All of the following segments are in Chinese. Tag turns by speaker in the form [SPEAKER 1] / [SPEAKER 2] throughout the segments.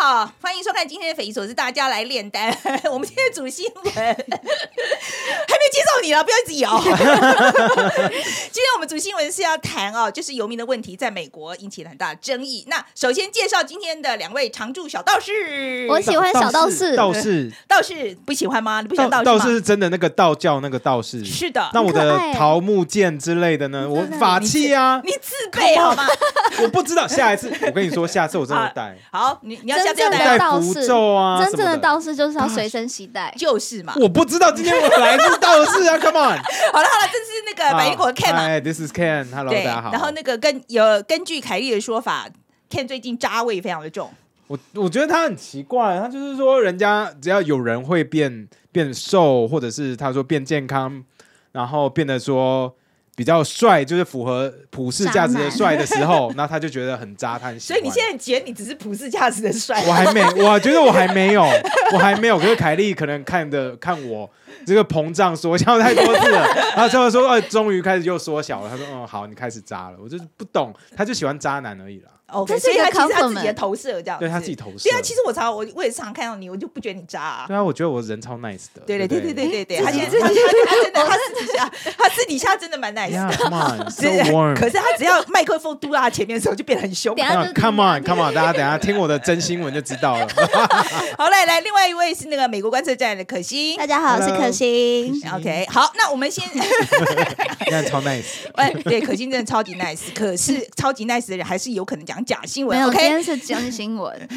[SPEAKER 1] 好？欢迎收看今天的《匪夷所思》，大家来炼丹。 我们今天的主新闻 还没介绍你了，啊不要一直摇。 今天我们主新闻是要谈哦，就是游民的问题在美国引起了很大的争议。那首先介绍今天的两位常驻小道士，
[SPEAKER 2] 我喜欢小道士
[SPEAKER 3] 道士，
[SPEAKER 1] 道士不喜欢吗？你不喜
[SPEAKER 3] 道
[SPEAKER 1] 欢
[SPEAKER 3] 道
[SPEAKER 1] 士吗？
[SPEAKER 3] 士是真的那个道教那个道士。
[SPEAKER 1] 是的，
[SPEAKER 3] 那我
[SPEAKER 2] 很可
[SPEAKER 3] 的
[SPEAKER 2] 爱
[SPEAKER 3] 桃木剑之类的呢？我
[SPEAKER 2] 真的
[SPEAKER 3] 法器啊，
[SPEAKER 1] 你自备好吗？
[SPEAKER 3] 我 不知道。下一次我跟你说，下次我真的带
[SPEAKER 1] 好，你你要下次要
[SPEAKER 2] 真正
[SPEAKER 1] 来
[SPEAKER 2] 的
[SPEAKER 3] 带
[SPEAKER 2] 道
[SPEAKER 3] 符
[SPEAKER 2] 士
[SPEAKER 3] 咒啊，
[SPEAKER 2] 真正
[SPEAKER 3] 什
[SPEAKER 2] 的
[SPEAKER 3] 么啊
[SPEAKER 2] 道士就是要随身携带。
[SPEAKER 1] 就是嘛。
[SPEAKER 3] 我不知道今天我来是道士啊 ，Come on！
[SPEAKER 1] 好了好了，这是那个百灵果的 Ken 嘛，
[SPEAKER 3] 哎，This is Ken，Hello，大
[SPEAKER 1] 啊对，
[SPEAKER 3] 家好。
[SPEAKER 1] 然后那个根有根据凯莉的说法，Ken 最近渣味非常的重，
[SPEAKER 3] 我我觉得他很奇怪，他就是说，人家只要有人会变变瘦，或者是他说变健康，然后变得说比较帅，就是符合普世价值的帅的时 候，那他就觉得很渣，他很喜
[SPEAKER 1] 所
[SPEAKER 3] 欢。
[SPEAKER 1] 以你现在觉得你只是普世价值的帅，
[SPEAKER 3] 我还没，我觉得我还没有，我还没有。可是凯莉可能看的看我这个膨胀缩小太多次了，然后最后说，呃，终于开始又缩小了。他说，嗯，好，你开始渣了。我就是不懂，他就喜欢渣男而已啦，
[SPEAKER 1] OK，
[SPEAKER 2] 这
[SPEAKER 1] 所
[SPEAKER 2] 是
[SPEAKER 1] 以
[SPEAKER 2] 一
[SPEAKER 1] 他
[SPEAKER 2] 个
[SPEAKER 1] 其实他自己
[SPEAKER 2] compliment
[SPEAKER 1] 的投射这样，
[SPEAKER 3] 对他自己。投射
[SPEAKER 1] 对。啊，其实我常我我也常看到你，我就不觉得你渣啊。
[SPEAKER 3] 对啊，我觉得我人超 nice 的。
[SPEAKER 1] 对
[SPEAKER 3] 对
[SPEAKER 1] 对
[SPEAKER 3] 不
[SPEAKER 1] 对对对对对，
[SPEAKER 2] 自
[SPEAKER 1] 他
[SPEAKER 2] 己
[SPEAKER 1] 现在他他 他真的他私底下他私底下真的蛮 nice 的。
[SPEAKER 3] Yeah, come on,
[SPEAKER 1] 只
[SPEAKER 3] so
[SPEAKER 1] 是
[SPEAKER 3] warm.
[SPEAKER 1] 可是他只要麦克风嘟到他前面的时候，就变得很凶。
[SPEAKER 2] 等下就
[SPEAKER 3] 啊 Come on, come on，大家等一下听我的真新闻就知道了。
[SPEAKER 1] 好，来来，另外一位是那个美国观测站的可心
[SPEAKER 2] 大。家好，我是
[SPEAKER 3] Hello
[SPEAKER 2] 可心。
[SPEAKER 1] OK，好，那我们先
[SPEAKER 3] 你看超 nice，
[SPEAKER 1] 哎，对，可心真的超级 nice，可是超级 nice 的人还是有可能讲假新
[SPEAKER 2] 没
[SPEAKER 1] 闻。
[SPEAKER 2] 有，今
[SPEAKER 1] OK，
[SPEAKER 2] 天是真新 闻。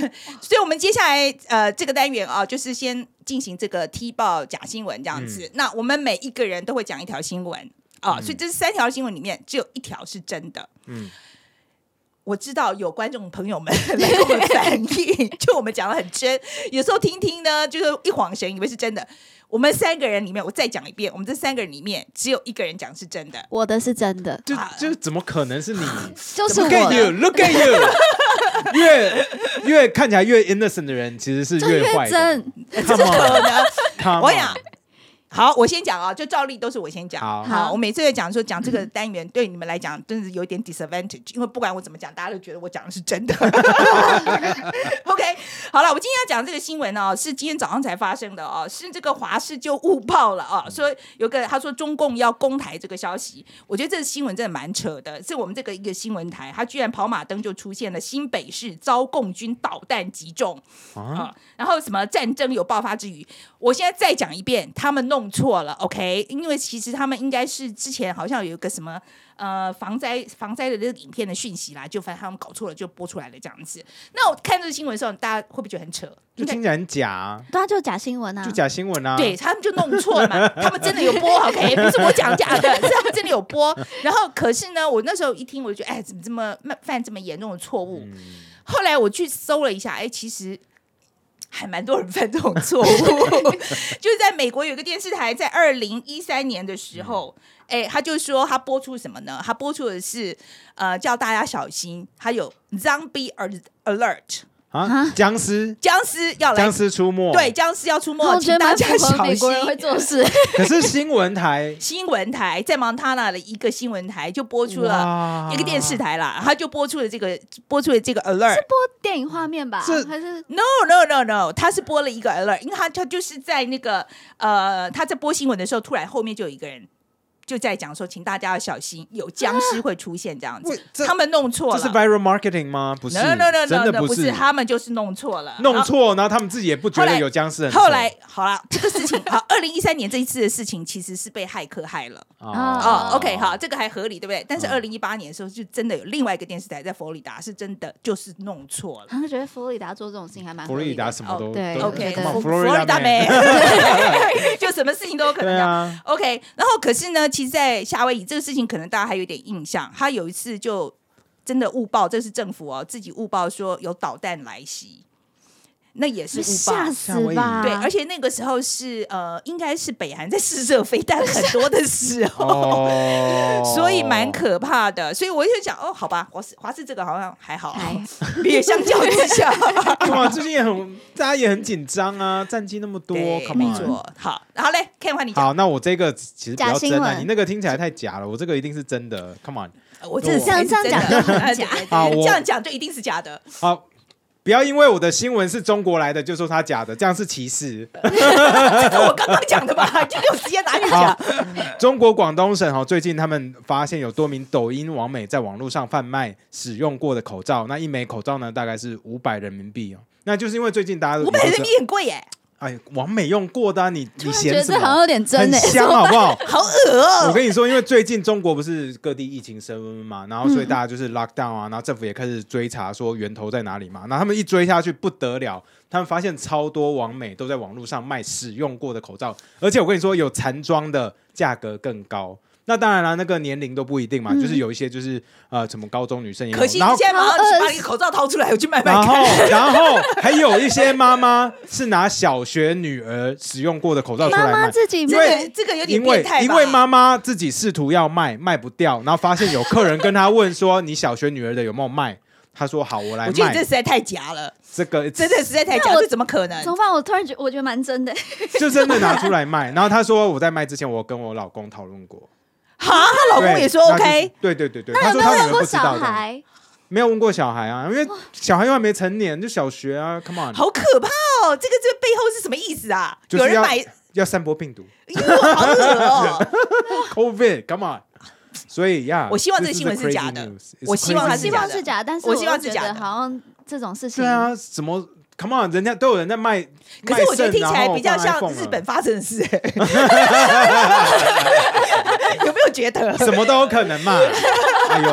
[SPEAKER 1] 所以我们接下来呃这个单元啊，就是先进行这个踢爆假新闻这样子。那我们每一个人都会讲一条新闻啊，所以这三条新闻里面只有一条是真的。
[SPEAKER 3] 嗯，
[SPEAKER 1] 我知道有观众朋友们 来跟我反映，就我们讲的很真，有时候听听呢，就是一晃神以为是真的。我们三个人里面，我再讲一遍，我们这三个人里面只有一个人讲是真的。
[SPEAKER 2] 我的是真的，
[SPEAKER 3] 就就怎么可能是你
[SPEAKER 2] 就是我
[SPEAKER 3] ？Look at
[SPEAKER 2] 的，
[SPEAKER 3] you，Look at you，越 越看起来越 innocent 的人，其实是
[SPEAKER 2] 就
[SPEAKER 3] 越坏
[SPEAKER 2] 越
[SPEAKER 3] 的。
[SPEAKER 2] 真。
[SPEAKER 3] Come
[SPEAKER 1] 可
[SPEAKER 3] on，
[SPEAKER 1] 能
[SPEAKER 3] come on，
[SPEAKER 1] 我想，好，我先讲啊，就照例都是我先讲。
[SPEAKER 3] 好
[SPEAKER 2] 好
[SPEAKER 1] 我每次在讲说讲这个单元对你们来讲真的有点 disadvantage，因为不管我怎么讲，大家都觉得我讲的是真的。OK，好了，我今天要讲这个新闻哦，是今天早上才发生的哦，是这个华视就误报了哦，说有个他说中共要攻台这个消息，我觉得这个新闻真的蛮扯的，是我们这个一个新闻台，它居然跑马灯就出现了新北市遭共军导弹击中。
[SPEAKER 3] 啊，
[SPEAKER 1] 啊，然后什么战争有爆发之余，我现在再讲一遍，他们弄错了，OK？因为其实他们应该是之前好像有一个什么呃防灾防灾的这个影片的讯息啦，就反正他们搞错了就播出来了这样子。那我看这个新闻的时候，大家会不会觉得很扯？
[SPEAKER 3] 就
[SPEAKER 1] 应该
[SPEAKER 3] 听起来很假啊，
[SPEAKER 2] 对啊，就假新闻啊
[SPEAKER 3] 就。假新闻啊。
[SPEAKER 1] 对，他们就弄错了 嘛，他们真的有播，OK，不是我讲假的，是他们真的有播。然后可是呢，我那时候一听，我就觉得，哎，怎么这么犯这么严重的错误？
[SPEAKER 3] 嗯
[SPEAKER 1] 后来我去搜了一下，哎，其实。还蛮多人犯这种错误， 就是在美国有一个电视台，在二零一三年的时候，哎、他就说他播出什么呢？他播出的是呃，叫大家小心，还有 zombie alert，
[SPEAKER 3] 啊，僵尸，
[SPEAKER 1] 僵尸要来
[SPEAKER 3] 僵，尸出没。
[SPEAKER 1] 对，，僵尸要出没，
[SPEAKER 2] 我觉
[SPEAKER 1] 请
[SPEAKER 2] 得
[SPEAKER 1] 大
[SPEAKER 2] 蛮
[SPEAKER 1] 家
[SPEAKER 2] 符合
[SPEAKER 1] 小
[SPEAKER 2] 哦美国人
[SPEAKER 1] 心。
[SPEAKER 2] 会做 事，
[SPEAKER 3] 可是新闻台
[SPEAKER 1] 新闻台在蒙塔纳的一个新闻台就 播出了
[SPEAKER 3] 了
[SPEAKER 1] 一个电视台啦，他就播出了这个播出了这个 alert。
[SPEAKER 2] 电影画面吧？
[SPEAKER 3] 这
[SPEAKER 2] 还是
[SPEAKER 1] No no no no，他是播了一个 alert，因为他他就是在那个呃他在播新闻的时候，突然后面就有一个人就在讲说，请大家要小心，有僵尸会出现这样
[SPEAKER 3] 喂
[SPEAKER 1] 子，
[SPEAKER 3] 这
[SPEAKER 1] 他们弄错
[SPEAKER 3] 这是
[SPEAKER 1] 了。
[SPEAKER 3] viral marketing 吗？不是
[SPEAKER 1] No no no
[SPEAKER 3] 真
[SPEAKER 1] no
[SPEAKER 3] 的
[SPEAKER 1] no，
[SPEAKER 3] 不
[SPEAKER 1] 不是，他们就是弄错了，
[SPEAKER 3] 弄错，然后他们自己也不觉
[SPEAKER 1] 后
[SPEAKER 3] 得
[SPEAKER 1] 来
[SPEAKER 3] 有僵尸很丑。
[SPEAKER 1] 后来好了，这个事情好， 二零一三年这一次的事情其实是被骇客害了。
[SPEAKER 2] 哦
[SPEAKER 1] 哦、o k 好，这个还合理，对不对？但是二零一八年的时候，就真的有另外一个电视台在佛罗里达，是真的就是弄错了。
[SPEAKER 2] 好像觉得佛罗里达做这种事情还蛮合
[SPEAKER 3] 佛罗里
[SPEAKER 2] 理的
[SPEAKER 3] 达什么都
[SPEAKER 2] 哦对
[SPEAKER 3] 都
[SPEAKER 1] OK，
[SPEAKER 3] come on，
[SPEAKER 2] 对
[SPEAKER 3] 佛罗里达
[SPEAKER 1] 美
[SPEAKER 3] 美，，
[SPEAKER 1] 就什么事情都有可能
[SPEAKER 3] 对
[SPEAKER 1] 这样。
[SPEAKER 3] 啊，
[SPEAKER 1] OK，然后可是呢，其实，在夏威夷这个事情，可能大家还有点印象。他有一次就真的误报，这是政府哦，自己误报说有导弹来袭，那也是误报
[SPEAKER 2] 吓。死吧？
[SPEAKER 1] 对，而且那个时候是呃，应该是北韩在试射飞弹很多的时候，
[SPEAKER 3] 哦，
[SPEAKER 1] 所以蛮 可怕的。所以我就想，哦，好吧，华视华视这个好像还好、啊
[SPEAKER 2] 哎，
[SPEAKER 1] 比相较之下，
[SPEAKER 3] 哇，最近也很大家也很紧张啊，战绩那么多
[SPEAKER 1] 对，
[SPEAKER 3] ，come
[SPEAKER 1] 没
[SPEAKER 3] on。
[SPEAKER 1] 错。好，然后嘞，Ken 换你讲，
[SPEAKER 3] 好，那我这个其实比较
[SPEAKER 2] 假新
[SPEAKER 3] 真啊，
[SPEAKER 2] 闻
[SPEAKER 3] 你那个听起来太假了，我这个一定是真的，come on。
[SPEAKER 1] 我这
[SPEAKER 3] 这
[SPEAKER 1] 才是
[SPEAKER 2] 样这样
[SPEAKER 1] 真的
[SPEAKER 2] 讲就很假
[SPEAKER 1] 对对对
[SPEAKER 3] 好我
[SPEAKER 1] 这样讲就一定是假的。
[SPEAKER 3] 好，不要因为我的新闻是中国来的就说它假的，这样是歧视。
[SPEAKER 1] 这个我刚刚讲的吧，就有时间拿去讲
[SPEAKER 3] 好。，中国广东省哦，最近他们发现有多名抖音网美在网络上贩卖使用过的口罩，那一枚口罩呢大概是五百人民币哦。那就是因为最近大家都
[SPEAKER 1] 五百人民币很贵耶，
[SPEAKER 3] 哎，网美用过的啊、你
[SPEAKER 2] 突
[SPEAKER 3] 你
[SPEAKER 2] 然觉
[SPEAKER 3] 嫌
[SPEAKER 2] 得
[SPEAKER 3] 什
[SPEAKER 2] 这好欸
[SPEAKER 3] 么？
[SPEAKER 2] 像有点真
[SPEAKER 3] 很
[SPEAKER 2] 呢、
[SPEAKER 3] 香啊好不好？
[SPEAKER 1] 好恶 哦、
[SPEAKER 3] 我跟你说，因为最近中国不是各地疫情升温嘛，然后
[SPEAKER 1] 嗯
[SPEAKER 3] 所以大家就是 lock down 啊，然后政府也开始追查说源头在哪里嘛。那他们一追下去不得了，他们发现超多网美都在网络上卖使用过的口罩，而且我跟你说，有残妆的价格更高。那当然了，那个年龄都不一定嘛，就是有一些就是呃，什么高中女生也
[SPEAKER 1] 嗯
[SPEAKER 3] 有，
[SPEAKER 1] 可惜你
[SPEAKER 3] 然后
[SPEAKER 1] 现在马上
[SPEAKER 2] 然后
[SPEAKER 1] 把你的口罩掏出来，我去卖卖
[SPEAKER 3] 然
[SPEAKER 1] 看。
[SPEAKER 3] 后，然后还有一些妈妈是拿小学女儿使用过的口罩出来
[SPEAKER 2] 妈妈
[SPEAKER 3] 卖，
[SPEAKER 2] 自 己
[SPEAKER 1] 这
[SPEAKER 2] 卖
[SPEAKER 1] 个这个有点
[SPEAKER 3] 因
[SPEAKER 1] 变
[SPEAKER 3] 为
[SPEAKER 1] 态吧
[SPEAKER 3] 因为妈妈自己试图要卖，卖不掉，然后发现有客人跟她问说：“你小学女儿的有没有卖？”她说：“好，我来
[SPEAKER 1] 我觉得你这
[SPEAKER 3] 卖。
[SPEAKER 1] 实在太假了，”
[SPEAKER 3] 这 个
[SPEAKER 1] 真的实在太假，
[SPEAKER 2] 那我
[SPEAKER 1] 这怎么可能
[SPEAKER 2] 怎？么办？我突然觉我觉得蛮真的、
[SPEAKER 3] 就真的拿出来卖。然后她说：“我在卖之前，我跟我老公讨论过。
[SPEAKER 1] 哈，她”老公
[SPEAKER 3] 对
[SPEAKER 1] 也说
[SPEAKER 3] 那就是
[SPEAKER 1] OK，
[SPEAKER 3] 对对对对，
[SPEAKER 2] 那
[SPEAKER 3] 她
[SPEAKER 2] 有
[SPEAKER 3] 说
[SPEAKER 2] 没有
[SPEAKER 3] 她
[SPEAKER 2] 问
[SPEAKER 3] 女儿
[SPEAKER 2] 过
[SPEAKER 3] 不知
[SPEAKER 2] 小
[SPEAKER 3] 道的，
[SPEAKER 2] 孩？
[SPEAKER 3] 没有问过小孩啊，因为小孩又还没成年，就小学啊，Come on，
[SPEAKER 1] 好可怕哦！这个这个背后是什么意思啊？
[SPEAKER 3] 就
[SPEAKER 1] 有
[SPEAKER 3] 是
[SPEAKER 1] 人
[SPEAKER 3] 要
[SPEAKER 1] 买，
[SPEAKER 3] 要散播病毒。
[SPEAKER 1] 哟好恶 哦！
[SPEAKER 3] COVID，come on。所以呀，
[SPEAKER 1] 我希望这
[SPEAKER 3] this
[SPEAKER 1] 个新闻
[SPEAKER 3] is the
[SPEAKER 1] 是
[SPEAKER 3] crazy
[SPEAKER 1] 假的
[SPEAKER 3] news. It's
[SPEAKER 1] 我希望
[SPEAKER 3] crazy
[SPEAKER 1] 它
[SPEAKER 2] 我
[SPEAKER 1] 是假的
[SPEAKER 2] 希望是假的，但是
[SPEAKER 1] 我
[SPEAKER 2] 我
[SPEAKER 1] 希望
[SPEAKER 2] 又
[SPEAKER 1] 是
[SPEAKER 2] 觉
[SPEAKER 1] 假的
[SPEAKER 2] 得好像这种事情，
[SPEAKER 3] 对啊，什么 come on，人家都有人在卖，
[SPEAKER 1] 可是我觉得
[SPEAKER 3] 卖肾
[SPEAKER 1] 听起来比较
[SPEAKER 3] 然后
[SPEAKER 1] 像
[SPEAKER 3] 放 iPhone 了
[SPEAKER 1] 日本发生的事，有没有觉得？
[SPEAKER 3] 什么都有可能嘛。哎呦，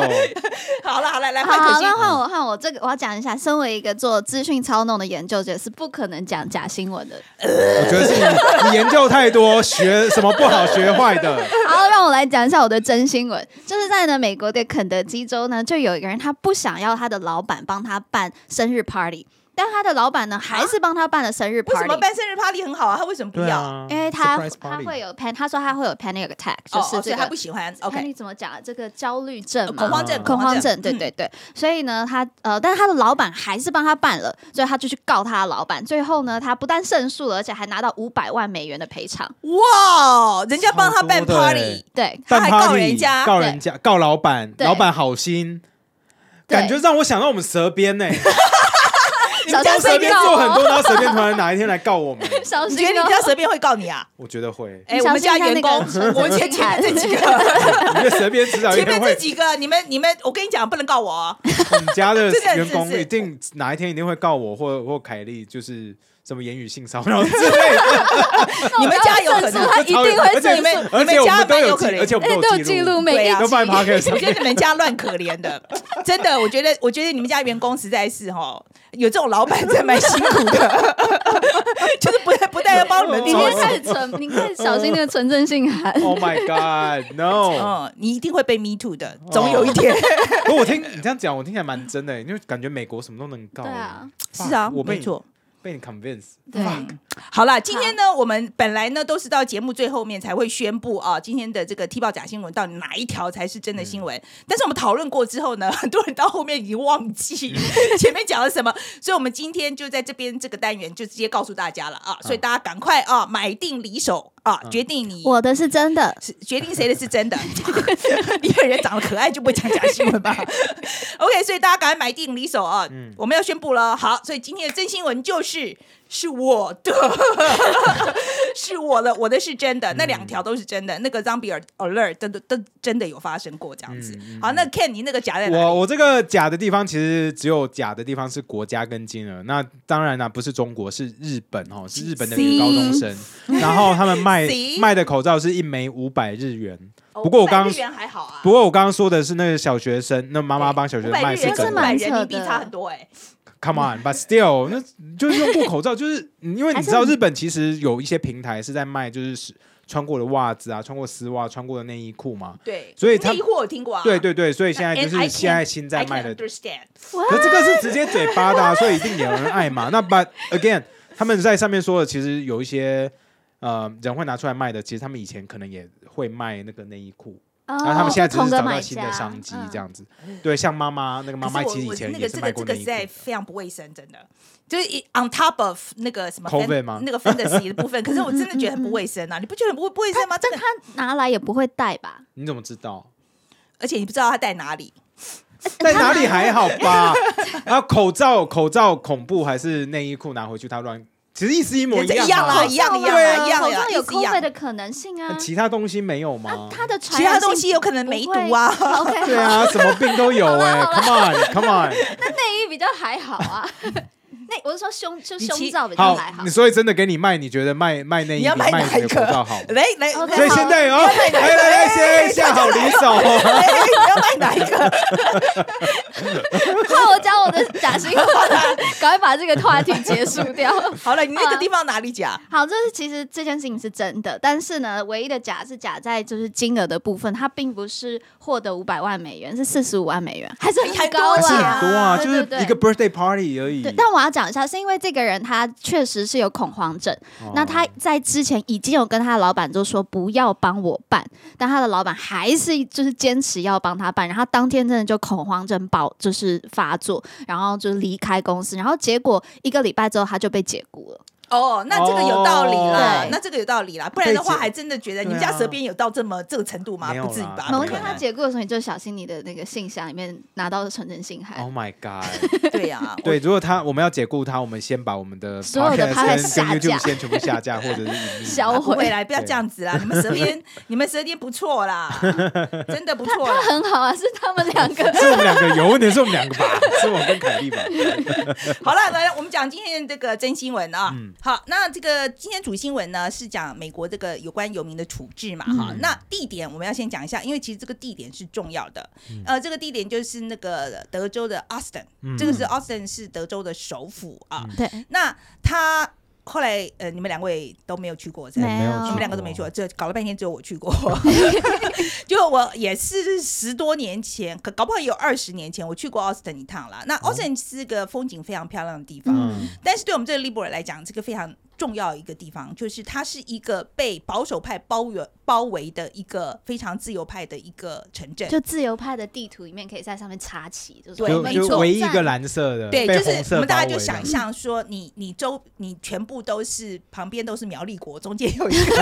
[SPEAKER 1] 好了好了，来换可
[SPEAKER 2] 好，
[SPEAKER 1] 心
[SPEAKER 2] 那。换我换我这个，我要讲一下，身为一个做资讯操弄的研究者，是不可能讲假新闻 的。
[SPEAKER 3] 我觉得是你你研究太多，学什么不好学坏 的。
[SPEAKER 2] 好，让我来讲一下我的真新闻，就是在呢美国的肯德基州呢，就有一个人他不想要他的老板帮他办生日 party，但他的老板呢还是帮他办了生日
[SPEAKER 1] 为什
[SPEAKER 2] party。
[SPEAKER 1] 么办生日 party 很好啊？他为什么不
[SPEAKER 3] 对
[SPEAKER 1] 要？
[SPEAKER 3] 啊，
[SPEAKER 2] 因为他
[SPEAKER 3] surprise
[SPEAKER 2] 他
[SPEAKER 3] party
[SPEAKER 2] 会有 pan，他说他会有 panic attack，就
[SPEAKER 1] 哦，
[SPEAKER 2] 是
[SPEAKER 1] 所
[SPEAKER 2] 这
[SPEAKER 1] 以他
[SPEAKER 2] 个
[SPEAKER 1] 不喜欢。
[SPEAKER 2] 看
[SPEAKER 1] OK，
[SPEAKER 2] 你怎么讲啊？这个焦虑症
[SPEAKER 1] 呃
[SPEAKER 2] 嘛，
[SPEAKER 1] 恐慌症，
[SPEAKER 3] 嗯
[SPEAKER 2] 恐慌症，对
[SPEAKER 1] 嗯
[SPEAKER 2] 对对。所以呢，他呃，但是他的老板还是帮他办了，所以他就去告他的老板。最后呢，他不但胜诉了，而且还拿到五百万美元的赔偿。
[SPEAKER 1] 哇，人家帮他办
[SPEAKER 3] 超多的欸
[SPEAKER 1] party，
[SPEAKER 2] 对，
[SPEAKER 1] 他
[SPEAKER 3] 办
[SPEAKER 1] 还告
[SPEAKER 3] party，
[SPEAKER 1] 人家
[SPEAKER 3] 告人家，告老板，
[SPEAKER 2] 对
[SPEAKER 3] 老板好心，
[SPEAKER 2] 对
[SPEAKER 3] 感觉让我想到我们蛇鞭呢。
[SPEAKER 1] 你们家
[SPEAKER 2] 小心
[SPEAKER 1] 蛇
[SPEAKER 3] 蛇
[SPEAKER 1] 鞭
[SPEAKER 3] 鞭
[SPEAKER 2] 被告
[SPEAKER 3] 做
[SPEAKER 2] 哦
[SPEAKER 3] 很多，然后蛇鞭突然哪一天来告我们，
[SPEAKER 2] 小
[SPEAKER 1] 你
[SPEAKER 2] 心
[SPEAKER 1] 觉得你
[SPEAKER 2] 哦
[SPEAKER 1] 们家蛇鞭会告你啊？
[SPEAKER 3] 我觉得会。
[SPEAKER 1] 哎，
[SPEAKER 2] 你
[SPEAKER 1] 我
[SPEAKER 2] 小
[SPEAKER 1] 们
[SPEAKER 2] 心
[SPEAKER 1] 家
[SPEAKER 2] 一下
[SPEAKER 1] 员
[SPEAKER 2] 那个
[SPEAKER 1] 工
[SPEAKER 2] 陈，
[SPEAKER 1] 我们
[SPEAKER 2] 陈
[SPEAKER 1] 前前面
[SPEAKER 2] 凯
[SPEAKER 1] 这几 个，
[SPEAKER 3] 我觉得蛇鞭迟早一
[SPEAKER 1] 前
[SPEAKER 3] 天
[SPEAKER 1] 面
[SPEAKER 3] 会
[SPEAKER 1] 这几个，你们你们，我跟你讲，不能告我哦。
[SPEAKER 3] 你家的
[SPEAKER 1] 这个
[SPEAKER 3] 员
[SPEAKER 1] 是
[SPEAKER 3] 工
[SPEAKER 1] 是
[SPEAKER 3] 一定哪一天一定会告我或或凯莉，就是什么言语性骚扰之类的，
[SPEAKER 1] 你们家有可
[SPEAKER 2] 胜诉
[SPEAKER 1] 能
[SPEAKER 2] 他一定会
[SPEAKER 3] 而且
[SPEAKER 1] 你
[SPEAKER 2] 胜
[SPEAKER 1] 们
[SPEAKER 2] 诉。
[SPEAKER 3] 而
[SPEAKER 1] 你
[SPEAKER 3] 且
[SPEAKER 1] 们
[SPEAKER 3] 我
[SPEAKER 1] 家
[SPEAKER 3] 们都
[SPEAKER 1] 蛮
[SPEAKER 3] 有
[SPEAKER 1] 有
[SPEAKER 3] 记
[SPEAKER 1] 可，
[SPEAKER 3] 而
[SPEAKER 1] 怜
[SPEAKER 3] 且。我们
[SPEAKER 2] 哎都有
[SPEAKER 3] 记
[SPEAKER 2] 记录每
[SPEAKER 1] 对
[SPEAKER 2] 一
[SPEAKER 1] 啊
[SPEAKER 3] 都
[SPEAKER 2] 集
[SPEAKER 3] 放在 podcast 上
[SPEAKER 1] 我觉得你们家乱可怜的， 真的，我觉得，我觉得你们家员工实在是哈，有这种老板真蛮辛苦的， 就是不不但要帮你们
[SPEAKER 2] 你
[SPEAKER 1] 做
[SPEAKER 2] 别开始存，你开始小心那个纯正性函。
[SPEAKER 3] Oh my God, no！
[SPEAKER 1] 嗯，你一定会被 me too 的，
[SPEAKER 3] 哦
[SPEAKER 1] 总有一 天。
[SPEAKER 3] 不过我听你这样讲，我听起来蛮真的欸，因为感觉美国什么都能告。
[SPEAKER 2] 对啊，
[SPEAKER 3] Fuck，
[SPEAKER 1] 是啊，
[SPEAKER 3] 我被
[SPEAKER 1] 没
[SPEAKER 3] 你
[SPEAKER 1] 错。
[SPEAKER 3] 被你 convince。
[SPEAKER 2] 对，
[SPEAKER 1] 嗯好啦，今天呢，我们本来呢都是到节目最后面才会宣布啊，今天的这个踢爆假新闻到底哪一条才是真的新闻？但是我们讨论过之后呢， 很多人到后面已经忘记 前面讲了什么，所以我们今天就在这边这个单元就直接告诉大家了啊，所以大家赶快啊买定离手啊，决定你
[SPEAKER 2] 我的是真的。
[SPEAKER 1] 是决定谁的是真的， 因为人长得可爱就不会讲假新闻 吧？OK，所以大家赶快买定离手啊！我们要宣布了，好，所以今天的真新闻就是是我的， 是我的，我的是真的，那两条都是真的，那个 zombie alert 都都都真的有发生过这样子。好，那 Ken 你那个假在哪？
[SPEAKER 3] 我我这个假的地方，其实只有假的地方是国家跟金额。那当然啦、不是中国，是日本哦，是日本的
[SPEAKER 2] See？
[SPEAKER 3] 女高中生。然后他们卖
[SPEAKER 1] See？
[SPEAKER 3] 卖的口罩是一枚五百日元。
[SPEAKER 1] 哦
[SPEAKER 3] 不过我刚
[SPEAKER 1] 500日元还好啊，
[SPEAKER 3] 不过我刚刚说的是那个小学生，那妈妈帮小学生
[SPEAKER 1] 500
[SPEAKER 3] 卖
[SPEAKER 1] 日
[SPEAKER 3] 是
[SPEAKER 1] 元跟
[SPEAKER 2] 这
[SPEAKER 3] 真
[SPEAKER 1] 五百
[SPEAKER 3] 的。
[SPEAKER 2] 蛮
[SPEAKER 1] 人民币
[SPEAKER 2] 扯的
[SPEAKER 1] 差很多哎、
[SPEAKER 3] Come on，but still，那就是用过口罩，就是 因为你知道
[SPEAKER 2] 还是
[SPEAKER 3] 日本其实有一些平台是在卖，就是穿过的袜子啊，穿过丝袜，穿过的内衣裤嘛。
[SPEAKER 1] 对，
[SPEAKER 3] 所以他
[SPEAKER 1] 内衣货我听过啊，
[SPEAKER 3] 对对对，所以
[SPEAKER 1] 那
[SPEAKER 3] 现在就
[SPEAKER 1] and I can-
[SPEAKER 3] 是现在新在
[SPEAKER 1] I can
[SPEAKER 3] 卖的
[SPEAKER 1] understand，
[SPEAKER 3] 可这个是直接嘴巴 的、啊，所以一定有人爱嘛。那 but again，他们在上面说的，其实有一些呃人会拿出来卖的，其实他们以前可能也会卖那个内衣裤，
[SPEAKER 1] 哦
[SPEAKER 2] 然
[SPEAKER 3] 然后他们现在只是找到新的商机
[SPEAKER 2] 嗯
[SPEAKER 3] 这。样子。对，像妈妈那个妈妈，
[SPEAKER 1] 嗯可是我
[SPEAKER 3] 其实以
[SPEAKER 1] 我
[SPEAKER 3] 前
[SPEAKER 1] 那
[SPEAKER 3] 也
[SPEAKER 1] 个
[SPEAKER 3] 是
[SPEAKER 1] 这
[SPEAKER 3] 卖
[SPEAKER 1] 个
[SPEAKER 3] 过
[SPEAKER 1] 这
[SPEAKER 3] 内
[SPEAKER 1] 个
[SPEAKER 3] 衣
[SPEAKER 1] 实
[SPEAKER 3] 裤
[SPEAKER 1] 在非常不卫生，真的。就是一 on top of 那个什么
[SPEAKER 3] COVID
[SPEAKER 1] fan-
[SPEAKER 3] 吗
[SPEAKER 1] 那个 fantasy 的部 分，可是我真的觉得很
[SPEAKER 3] 嗯
[SPEAKER 1] 不卫生啊！你不觉得很不不卫生吗？真的，
[SPEAKER 2] 拿来也不会带吧？
[SPEAKER 3] 你怎么知道？
[SPEAKER 1] 呃而且你不知道他带哪里，
[SPEAKER 3] 在哪里还好 吧？然后口罩口罩恐怖还是内衣裤拿回去他乱，其实意思一模
[SPEAKER 1] 一
[SPEAKER 3] 样
[SPEAKER 1] 样
[SPEAKER 3] 嘛
[SPEAKER 1] 啦，一样一样
[SPEAKER 2] 对
[SPEAKER 1] 啦
[SPEAKER 2] 啊
[SPEAKER 1] 一样
[SPEAKER 2] 口
[SPEAKER 1] 啦
[SPEAKER 2] 罩有
[SPEAKER 1] 意思一样
[SPEAKER 2] COVID 的可能性啊
[SPEAKER 3] 那。其他东西没有吗
[SPEAKER 1] 啊
[SPEAKER 2] 那？它的传
[SPEAKER 1] 其他
[SPEAKER 2] 染
[SPEAKER 1] 东
[SPEAKER 2] 性
[SPEAKER 1] 西有可能梅毒啊，
[SPEAKER 2] ，OK，
[SPEAKER 3] 对啊，什么病都有哎，Come on，Come on。
[SPEAKER 2] 那内衣比较还好 啊。那我是说胸，就
[SPEAKER 1] 你
[SPEAKER 2] 胸
[SPEAKER 1] 其
[SPEAKER 2] 罩比较
[SPEAKER 3] 好
[SPEAKER 2] 还好
[SPEAKER 3] 你。所以真的给你卖，你觉得卖卖内衣
[SPEAKER 1] 你
[SPEAKER 3] 比
[SPEAKER 1] 要
[SPEAKER 3] 卖
[SPEAKER 1] 买哪
[SPEAKER 3] 你
[SPEAKER 1] 一
[SPEAKER 3] 的口
[SPEAKER 1] 个
[SPEAKER 3] 罩好？？
[SPEAKER 1] 来来，
[SPEAKER 2] OK，
[SPEAKER 3] 所以 现在哦，来来来，先下好离手哦。
[SPEAKER 1] 哎你要买哪一个？
[SPEAKER 2] 换我讲我的假新 闻，赶快把这个话题结束掉。
[SPEAKER 1] 好了，你那个地方哪里假？
[SPEAKER 2] 好，这是其实这件事情是真的，但是呢，唯一的假是假在就是金额的部分，它并不是获得五百万美元，是四十五万美元，还是
[SPEAKER 1] 比
[SPEAKER 2] 很
[SPEAKER 1] 韩国
[SPEAKER 2] 高
[SPEAKER 1] 假
[SPEAKER 3] 是
[SPEAKER 2] 啊。
[SPEAKER 3] 很多啊，
[SPEAKER 2] 对
[SPEAKER 3] 就
[SPEAKER 2] 对
[SPEAKER 3] 是
[SPEAKER 2] 对
[SPEAKER 3] 一个 birthday party 而已。
[SPEAKER 2] 对，但我要讲一下，是因为这个人他确实是有恐慌症，
[SPEAKER 3] 哦
[SPEAKER 2] 那他在之前已经有跟他的老板就说不要帮我办，但他的老板还是就是坚持要帮他办，然后当天真的就恐慌症爆就是发作，然后就离开公司，然后结果一个礼拜之后他就被解雇了。
[SPEAKER 1] 哦，那这个有道理
[SPEAKER 2] 哦
[SPEAKER 1] 啦
[SPEAKER 2] 对，
[SPEAKER 1] 那这个有道理啦，不然的
[SPEAKER 3] 被
[SPEAKER 1] 话
[SPEAKER 3] 解
[SPEAKER 1] 还真的觉得你们
[SPEAKER 3] 对啊
[SPEAKER 1] 家蛇边有到这么这个程度吗？
[SPEAKER 3] 没有啦
[SPEAKER 1] 不至于吧？
[SPEAKER 3] 啊
[SPEAKER 2] 某
[SPEAKER 1] 不
[SPEAKER 2] 一
[SPEAKER 1] 可
[SPEAKER 2] 天他
[SPEAKER 1] 能
[SPEAKER 2] 解雇的时候，你就小心你的那个信箱里面拿到陈真信函。
[SPEAKER 3] Oh my god！
[SPEAKER 1] 对 呀，
[SPEAKER 3] 对，如果他我们要解雇他，我们先把我们的
[SPEAKER 2] 所有的
[SPEAKER 3] podcast
[SPEAKER 2] podcast
[SPEAKER 3] 跟跟
[SPEAKER 2] 下架
[SPEAKER 3] YouTube 先全部下架，或者是隐匿
[SPEAKER 2] 销
[SPEAKER 1] 我
[SPEAKER 2] 毁
[SPEAKER 1] 啊不会啦，不要这样子啦！你们蛇 边，你们蛇边不错啦，真的不错啦。
[SPEAKER 2] 很好啊，是他们两个
[SPEAKER 3] 是我们两个有问题，是我们两个吧？是我跟凯莉吧？
[SPEAKER 1] 好了，来，我们讲今天这个真新闻啊。
[SPEAKER 3] 嗯
[SPEAKER 1] 好，那这个今天主新闻呢是讲美国这个有关游民的处置嘛，哈、
[SPEAKER 3] 嗯
[SPEAKER 1] 那地点我们要先讲一下，因为其实这个地点是重要的。呃，这个地点就是那个德州的 Austin，、
[SPEAKER 3] 嗯
[SPEAKER 1] 这个是 Austin 是德州的首府啊。
[SPEAKER 3] 嗯
[SPEAKER 2] 对，
[SPEAKER 1] 那他后来呃，你们两位都没有去过，是吧
[SPEAKER 2] 没有
[SPEAKER 1] 你
[SPEAKER 2] 我
[SPEAKER 1] 们两个都没去
[SPEAKER 3] 哦
[SPEAKER 1] 过，这搞了半天只有我去 过， 就我也是十多年前，可搞不好也有二十年前，我去过奥斯汀一趟啦。那奥斯汀是个风景非常漂亮的地方，
[SPEAKER 3] 哦嗯
[SPEAKER 1] 但是对我们这个利伯尔来讲，这个非常重要一个地方，就是它是一个被保守派包围包围的一个非常自由派的一个城镇。
[SPEAKER 2] 就自由派的地图里面可以在上面插旗，就是
[SPEAKER 1] 对
[SPEAKER 2] 我
[SPEAKER 3] 就
[SPEAKER 2] 们
[SPEAKER 1] 没
[SPEAKER 3] 就
[SPEAKER 1] 错
[SPEAKER 3] 唯一一个
[SPEAKER 2] 站
[SPEAKER 3] 蓝色的，
[SPEAKER 1] 对，
[SPEAKER 3] 被
[SPEAKER 1] 就是
[SPEAKER 3] 红色
[SPEAKER 1] 我们大家
[SPEAKER 3] 包
[SPEAKER 1] 就
[SPEAKER 3] 围的
[SPEAKER 1] 想象说你，你周你全部都是旁边都是苗栗国，中间有一 个，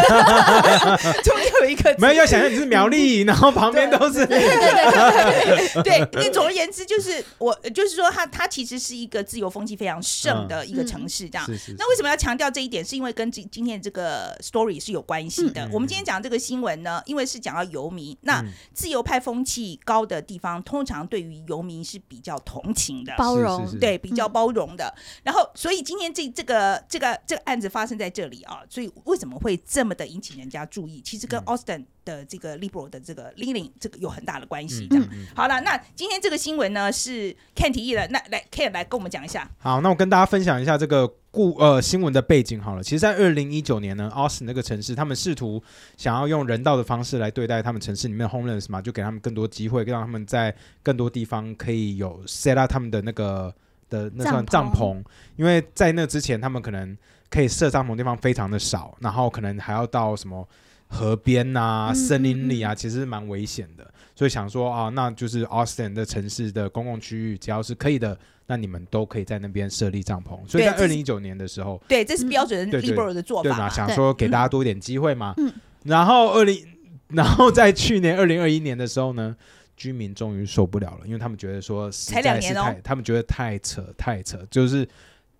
[SPEAKER 1] 中间有一个
[SPEAKER 3] 没有要想象你是 苗栗，然后旁边都是
[SPEAKER 1] 对，那总而言之，就是我就是说它，它其实是一个自由风气非常盛的一个城市，这样。
[SPEAKER 3] 嗯是是
[SPEAKER 1] 那为什么要强调这一点？是因为跟今今天这个 story 是有关系的。
[SPEAKER 3] 嗯
[SPEAKER 1] 我们今天讲这个新闻呢，因为是讲到游民，那
[SPEAKER 3] 嗯
[SPEAKER 1] 自由派风气高的地方，通常对于游民是比较同情的。
[SPEAKER 2] 包
[SPEAKER 3] 是
[SPEAKER 2] 容
[SPEAKER 3] 是是
[SPEAKER 1] 对，比较包容的。然后，所以今天这这个这个这个案子发生在这里啊，所以为什么会这么的引起人家注意？其实
[SPEAKER 3] 嗯
[SPEAKER 1] 跟 Austin 的这个 liberal 的这个 leaning 这个有很大的关
[SPEAKER 3] 嗯
[SPEAKER 1] 系。这样，好了，那今天这个新闻呢是 Ken 提议的，那来 Ken 来跟我们讲一下。
[SPEAKER 3] 好，那我跟大家分享一下这个故呃新闻的背景好了。其实，在二零一九年呢，Austin 那个城市，他们试图想要用人道的方式来对待他们城市里面的 homeless 嘛，就给他们更多机会，让他们在更多地方可以有 set up 他们的那个的那算
[SPEAKER 2] 帐
[SPEAKER 3] 帐
[SPEAKER 2] 篷
[SPEAKER 3] 篷，因为在那之前，他们可能可以设帐篷的地方非常的少，然后可能还要到什么河边啊、
[SPEAKER 2] 嗯
[SPEAKER 3] 森林里啊，其实蛮危险的。所以想说啊，那就是 Austin 的城市的公共区域，只要是可以的，那你们都可以在那边设立帐篷。所以
[SPEAKER 1] 对
[SPEAKER 3] 在
[SPEAKER 1] 这
[SPEAKER 3] 二
[SPEAKER 1] 是
[SPEAKER 3] 零一九年的时候，
[SPEAKER 1] 对，这
[SPEAKER 2] 嗯
[SPEAKER 1] 是标准
[SPEAKER 3] 对
[SPEAKER 1] 的
[SPEAKER 3] 对
[SPEAKER 1] liberal 的做
[SPEAKER 3] 对
[SPEAKER 1] 法
[SPEAKER 3] 嘛，
[SPEAKER 1] 嘛。
[SPEAKER 3] 想
[SPEAKER 2] 对
[SPEAKER 3] 说给大家多一点机会嘛。
[SPEAKER 2] 嗯
[SPEAKER 3] 然后二零，然后在去年二零二一年的时候呢，居民终于受不了了，因为他们觉得说实
[SPEAKER 1] 才
[SPEAKER 3] 在
[SPEAKER 1] 两
[SPEAKER 3] 是
[SPEAKER 1] 年
[SPEAKER 3] 太，
[SPEAKER 1] 哦
[SPEAKER 3] 他们觉得太扯太扯，就是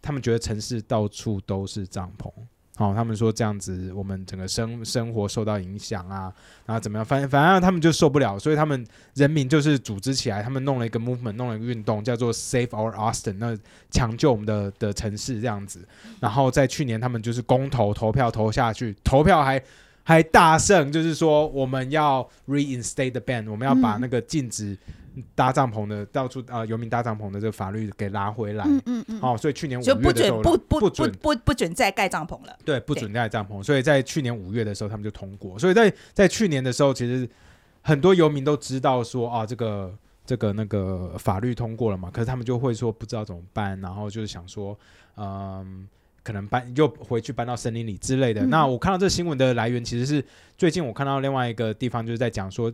[SPEAKER 3] 他们觉得城市到处都是帐篷。好、他们说这样子，我们整个生生活受到影响啊，然后怎么样？反反正他们就受不了，所以他们人民就是组织起来，他们弄了一个 movement，弄了一个运动，叫做 Save Our Austin，那抢救我们的的城市这样子。然后在去年，他们就是公投投票投下去，投票还还大胜，就是说我们要 reinstate the ban，我们要把
[SPEAKER 2] 嗯
[SPEAKER 3] 那个禁止搭帐篷的到处啊游民搭帐篷的这个法律给拉回来。
[SPEAKER 2] 嗯嗯嗯，
[SPEAKER 3] 哦，所以去年五
[SPEAKER 1] 就
[SPEAKER 3] 月
[SPEAKER 1] 不
[SPEAKER 3] 的时
[SPEAKER 1] 准
[SPEAKER 3] 候
[SPEAKER 1] 不
[SPEAKER 3] 啦
[SPEAKER 1] 不
[SPEAKER 3] 不
[SPEAKER 1] 不
[SPEAKER 3] 准
[SPEAKER 1] 不不准再盖帐篷了。
[SPEAKER 3] 对，不
[SPEAKER 1] 对
[SPEAKER 3] 准盖帐篷，所以在去年五月的时候，他们就通过。所以在在去年的时候，其实很多游民都知道说啊，这个这个那个法律通过了嘛，可是他们就会说不知道怎么办，然后就是想说，嗯。可能搬又回去搬到森林里之类的。
[SPEAKER 2] 嗯
[SPEAKER 3] 那我看到这新闻的来源其实是最近我看到另外一个地方就是在讲说